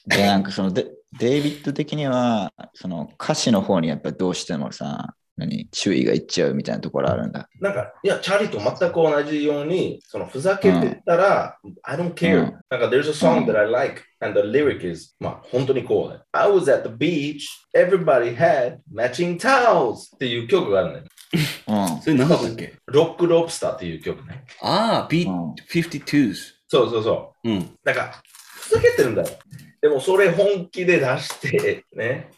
S3: で、なんかそのデ、デイビッド的には、その歌詞の方にやっぱどうしてもさ、何、注意がいっちゃうみたいなところあるんだ。
S2: なんか、いや、チャーリーと全く同じように、そのふざけてたら、I don't care、
S3: うん
S2: なんか、there's a song
S3: うん
S2: that I like, and the lyric is, まあ、本当にこうだよ I was at the beach, everybody had matching towels っていう曲があるね。
S3: うん。
S1: それ何だったっけ
S2: ロックロブスターっていう曲ね。
S1: ああ、
S3: うん
S1: B52s。
S2: そうそうそ
S1: うん。
S2: う。なんか、ふざけてるんだよ。でも、それ本気で出して、ね。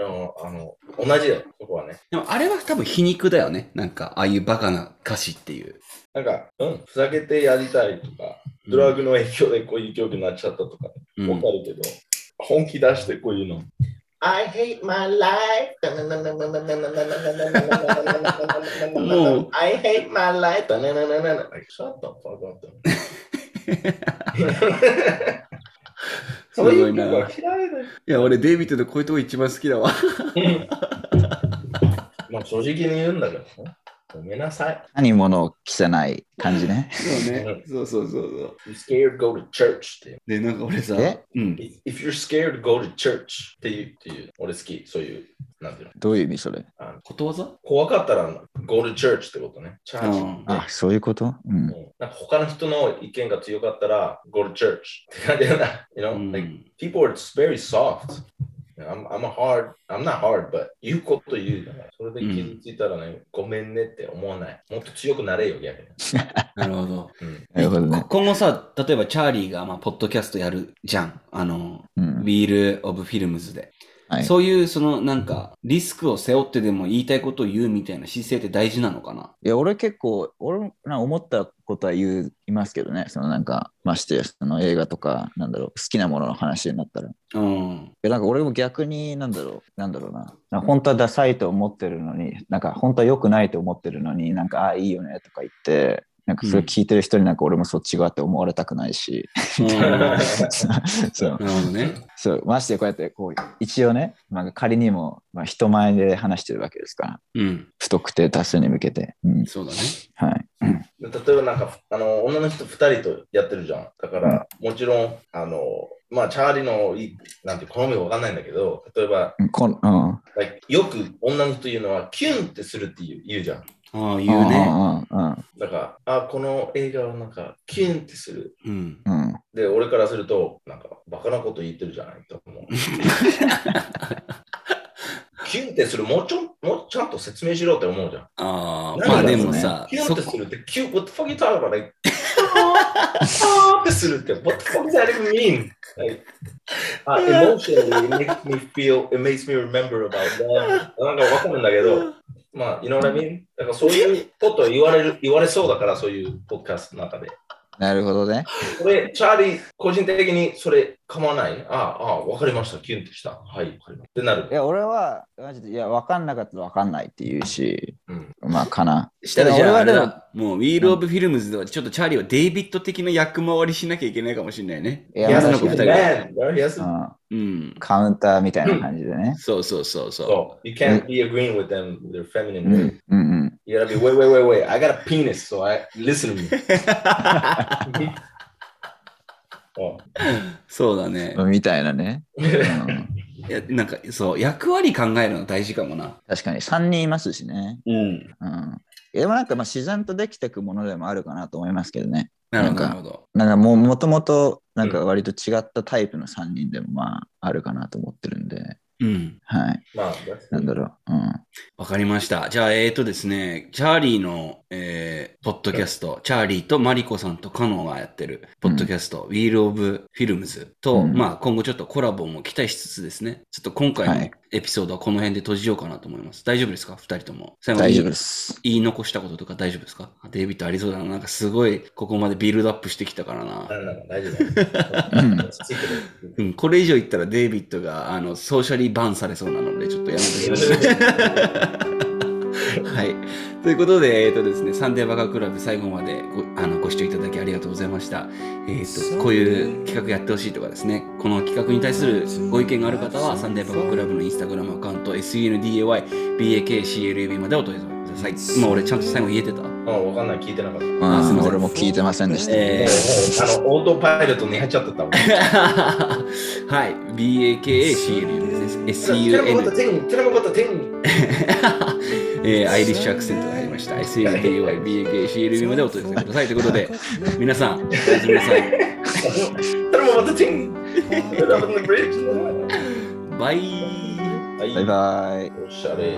S2: あの、あの、同じだよ、そこはね。
S1: でもあれは多分皮肉だよね。なんか、ああいうバカな歌詞っていう。
S2: なんか、うん、ふざけてやりたいとか、ドラッグの影響でこういう曲になっちゃったとか。
S1: うん
S2: わかるけど、本気出してこういうの。I hate my life. I hate my life. Like, shut the fuck up. そういう曲は嫌いだよ。
S1: いや、俺、デイビッドのこういうとこ一番好きだわ。
S2: まあ正直に言うんだけどね、ごめんなさい。
S3: 何物を着せない感じね。
S1: そうね。 そうそうそうそう。
S2: You scared, go to church って。
S1: で、なんか俺さ、
S3: え
S1: うん。
S2: If if you're scared, go to church っていう、っていう俺好き、そういう、なんていうの。
S3: どういう意味それ
S1: ことわざ
S2: 怖かったら、go to church ってことね。チャ
S1: う
S2: ーチ。
S1: ん。
S3: あ、そういうことうん。
S2: うんなんか他の人の意見が強かったら、go to church って感じだな。You
S1: う
S2: know,、like
S1: ん
S2: people are very soft. I'm, I'm a hard, I'm not hard, but 言うこと言うだから。それで傷ついたらね、ごめんねって思わない。もっと強くなれよ、逆に。
S1: なるほど。
S2: うん、
S3: なるほど
S1: こ
S3: ね。
S1: 今後さ、例えばチャーリーが、まあ、ポッドキャストやるじゃん。あの、
S3: うん。
S1: ビール・オブ・フィルムズで。
S3: はい。
S1: そういう、その、なんか、リスクを背負ってでも言いたいことを言うみたいな姿勢って大事なのかない
S3: や、俺結構、俺もなんか思ったことは言ういますけどね、そのなんか、ましてや、その映画とか、なんだろう、好きなものの話になったら。い
S1: うん。
S3: や、なんか俺も逆になんだろう、なんだろうな、なんか本当はダサいと思ってるのに、なんか本当は良くないと思ってるのに、なんか、ああ、いいよねとか言って、なんかそれ聞いてる人になんか俺もそっち側って思われたくない し、
S1: うんなる
S3: そう
S1: ほどね。
S3: そう、ましてやこうやってこう、一応ね、まあ、仮にも、まあ、人前で話してるわけですから、
S1: うん。
S3: 不特定多数に向けて。うん、
S1: そうだね。
S3: はい。
S2: で例えばなんかあの女の人2人とやってるじゃん。だから、もちろん、あの、まあ、チャーリーのいなんて好みわかんないんだけど、例えば、
S3: うんこんうん、
S2: like よく女の人言うのは、キュンってするって言う言うじゃん。
S1: ああ、言うね。
S3: うんうんうん
S2: だから、あ、この映画はなんか、キュンってする。
S1: うん。
S3: うん。
S2: で、俺からすると、なんか、バカなこと言ってるじゃないと思う。キュンってする、もうちょん、もうちゃんと説明しろって思うじゃん。
S1: ああ、ま
S2: な
S1: あ
S2: んだ
S1: で
S2: ろうね
S1: もさ、
S2: キュン
S1: そ
S2: ってす
S1: こ
S2: るって、キュン、what the fuck you talking about? Like, あーあーってするって、what the fuck does that even mean? Like, uh, emotionally, it makes me feel, it makes me remember about that. なんかわかるんだけど、まあ、you know what I mean? だからそういうこと言われる、言われそうだから、そういうポッドキャストの中で。
S3: なるほどね。
S2: それ、チャーリー、個人的にそれ構わないああ、ああ、わかりました。キュンってした。はい、わかりました。ってないる。
S3: や、俺は、マジで、いや、分かんなかったら分かんないって言うし、
S2: うん
S3: まあ、かな。
S1: したらじ
S3: い
S1: ゃあ
S3: や
S1: あれ
S3: 俺は
S1: だ、もう、ウィール・オブ・フィルムズでは、ちょっとチャーリーはデイビッド的な役回りしなきゃいけないかもしれないね。
S3: いや
S1: 女の
S3: 確か
S1: 子
S3: に
S1: 二人
S2: Yes, man.
S1: が
S2: Yes.
S3: うん、
S1: うん。
S3: カウンターみたいな感じでね。
S1: そうそうそうそ
S2: So, you can't be agreeing with them, with their
S3: う
S2: feminine
S3: ん、う
S2: way.
S3: ん、うん。
S2: You gotta be, wait, wait, wait, wait. I got a penis, so I listen to me. あ
S1: う。そうだね。
S3: みたいな ね。うん、
S1: いや、なんか、そう、役割考えるの大事かもな。
S3: 確かに、3人いますしね。
S1: うん。
S3: うん。でもなんか、まあ、自然とできてくものでもあるかなと思いますけどね。
S1: なるほど、
S3: な
S1: なんるほ
S3: か
S1: ど。
S3: なんかもう、もともと、なんか割と違ったタイプの3人でも、まあ、あるかなと思ってるんで、
S1: うん。
S3: はい。
S2: まあ、
S3: なんだろう。うん。
S1: わかりました。じゃあ、えーとですね、チャーリーの、えー、ポッドキャスト、チャーリーとマリコさんとカノンがやってる、ポッドキャスト、ウィール・オブ・フィルムズと、
S3: うん
S1: まあ、今後ちょっとコラボも期待しつつですね、ちょっと今回の、
S3: はい
S1: エピソードはこの辺で閉じようかなと思います。大丈夫ですか二人とも。最後に
S3: 大丈夫です。
S1: 言い残したこととか大丈夫ですかデイビッドありそうだな。なんかすごいここまでビルドアップしてきたからな。
S2: 大丈夫。
S3: うん
S2: 落ち着いてる
S1: うん、これ以上言ったらデイビッドがあのソーシャリーバンされそうなのでちょっとやめてください。 はい。ということで、えっ、とですね、サンデーバカクラブ最後までごあのご視聴いただきありがとうございました。えっ、と、こういう企画やってほしいとかですね、この企画に対するご意見がある方は、サンデーバカクラブのインスタグラムアカウント、SENDAYBAKCLUB までお問い合わせください。今俺ちゃんと最後言えてた
S2: うんわかんない、聞いてなかった。もう
S3: ま
S1: あすいま
S3: あ、
S1: せん
S3: 俺も聞いてませんでした。
S1: え
S2: あの、オートパイロットに入っちゃってたもん。
S1: はい。BAKACLU ですね。
S2: 寺本
S1: SUN
S2: が。天に、寺本が天に。
S1: えー、アイリッシュアクセントが入りました。SUNDAYBAKCLU までお問い合わせください。ということで、 皆さん、おやすみなさい。
S2: 寺本が天に。寺本のブリッジ
S1: バイ。
S2: はい
S3: バイバイ。
S2: おしゃれ。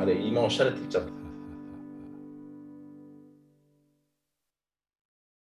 S2: あれ、今おしゃれって言っちゃった。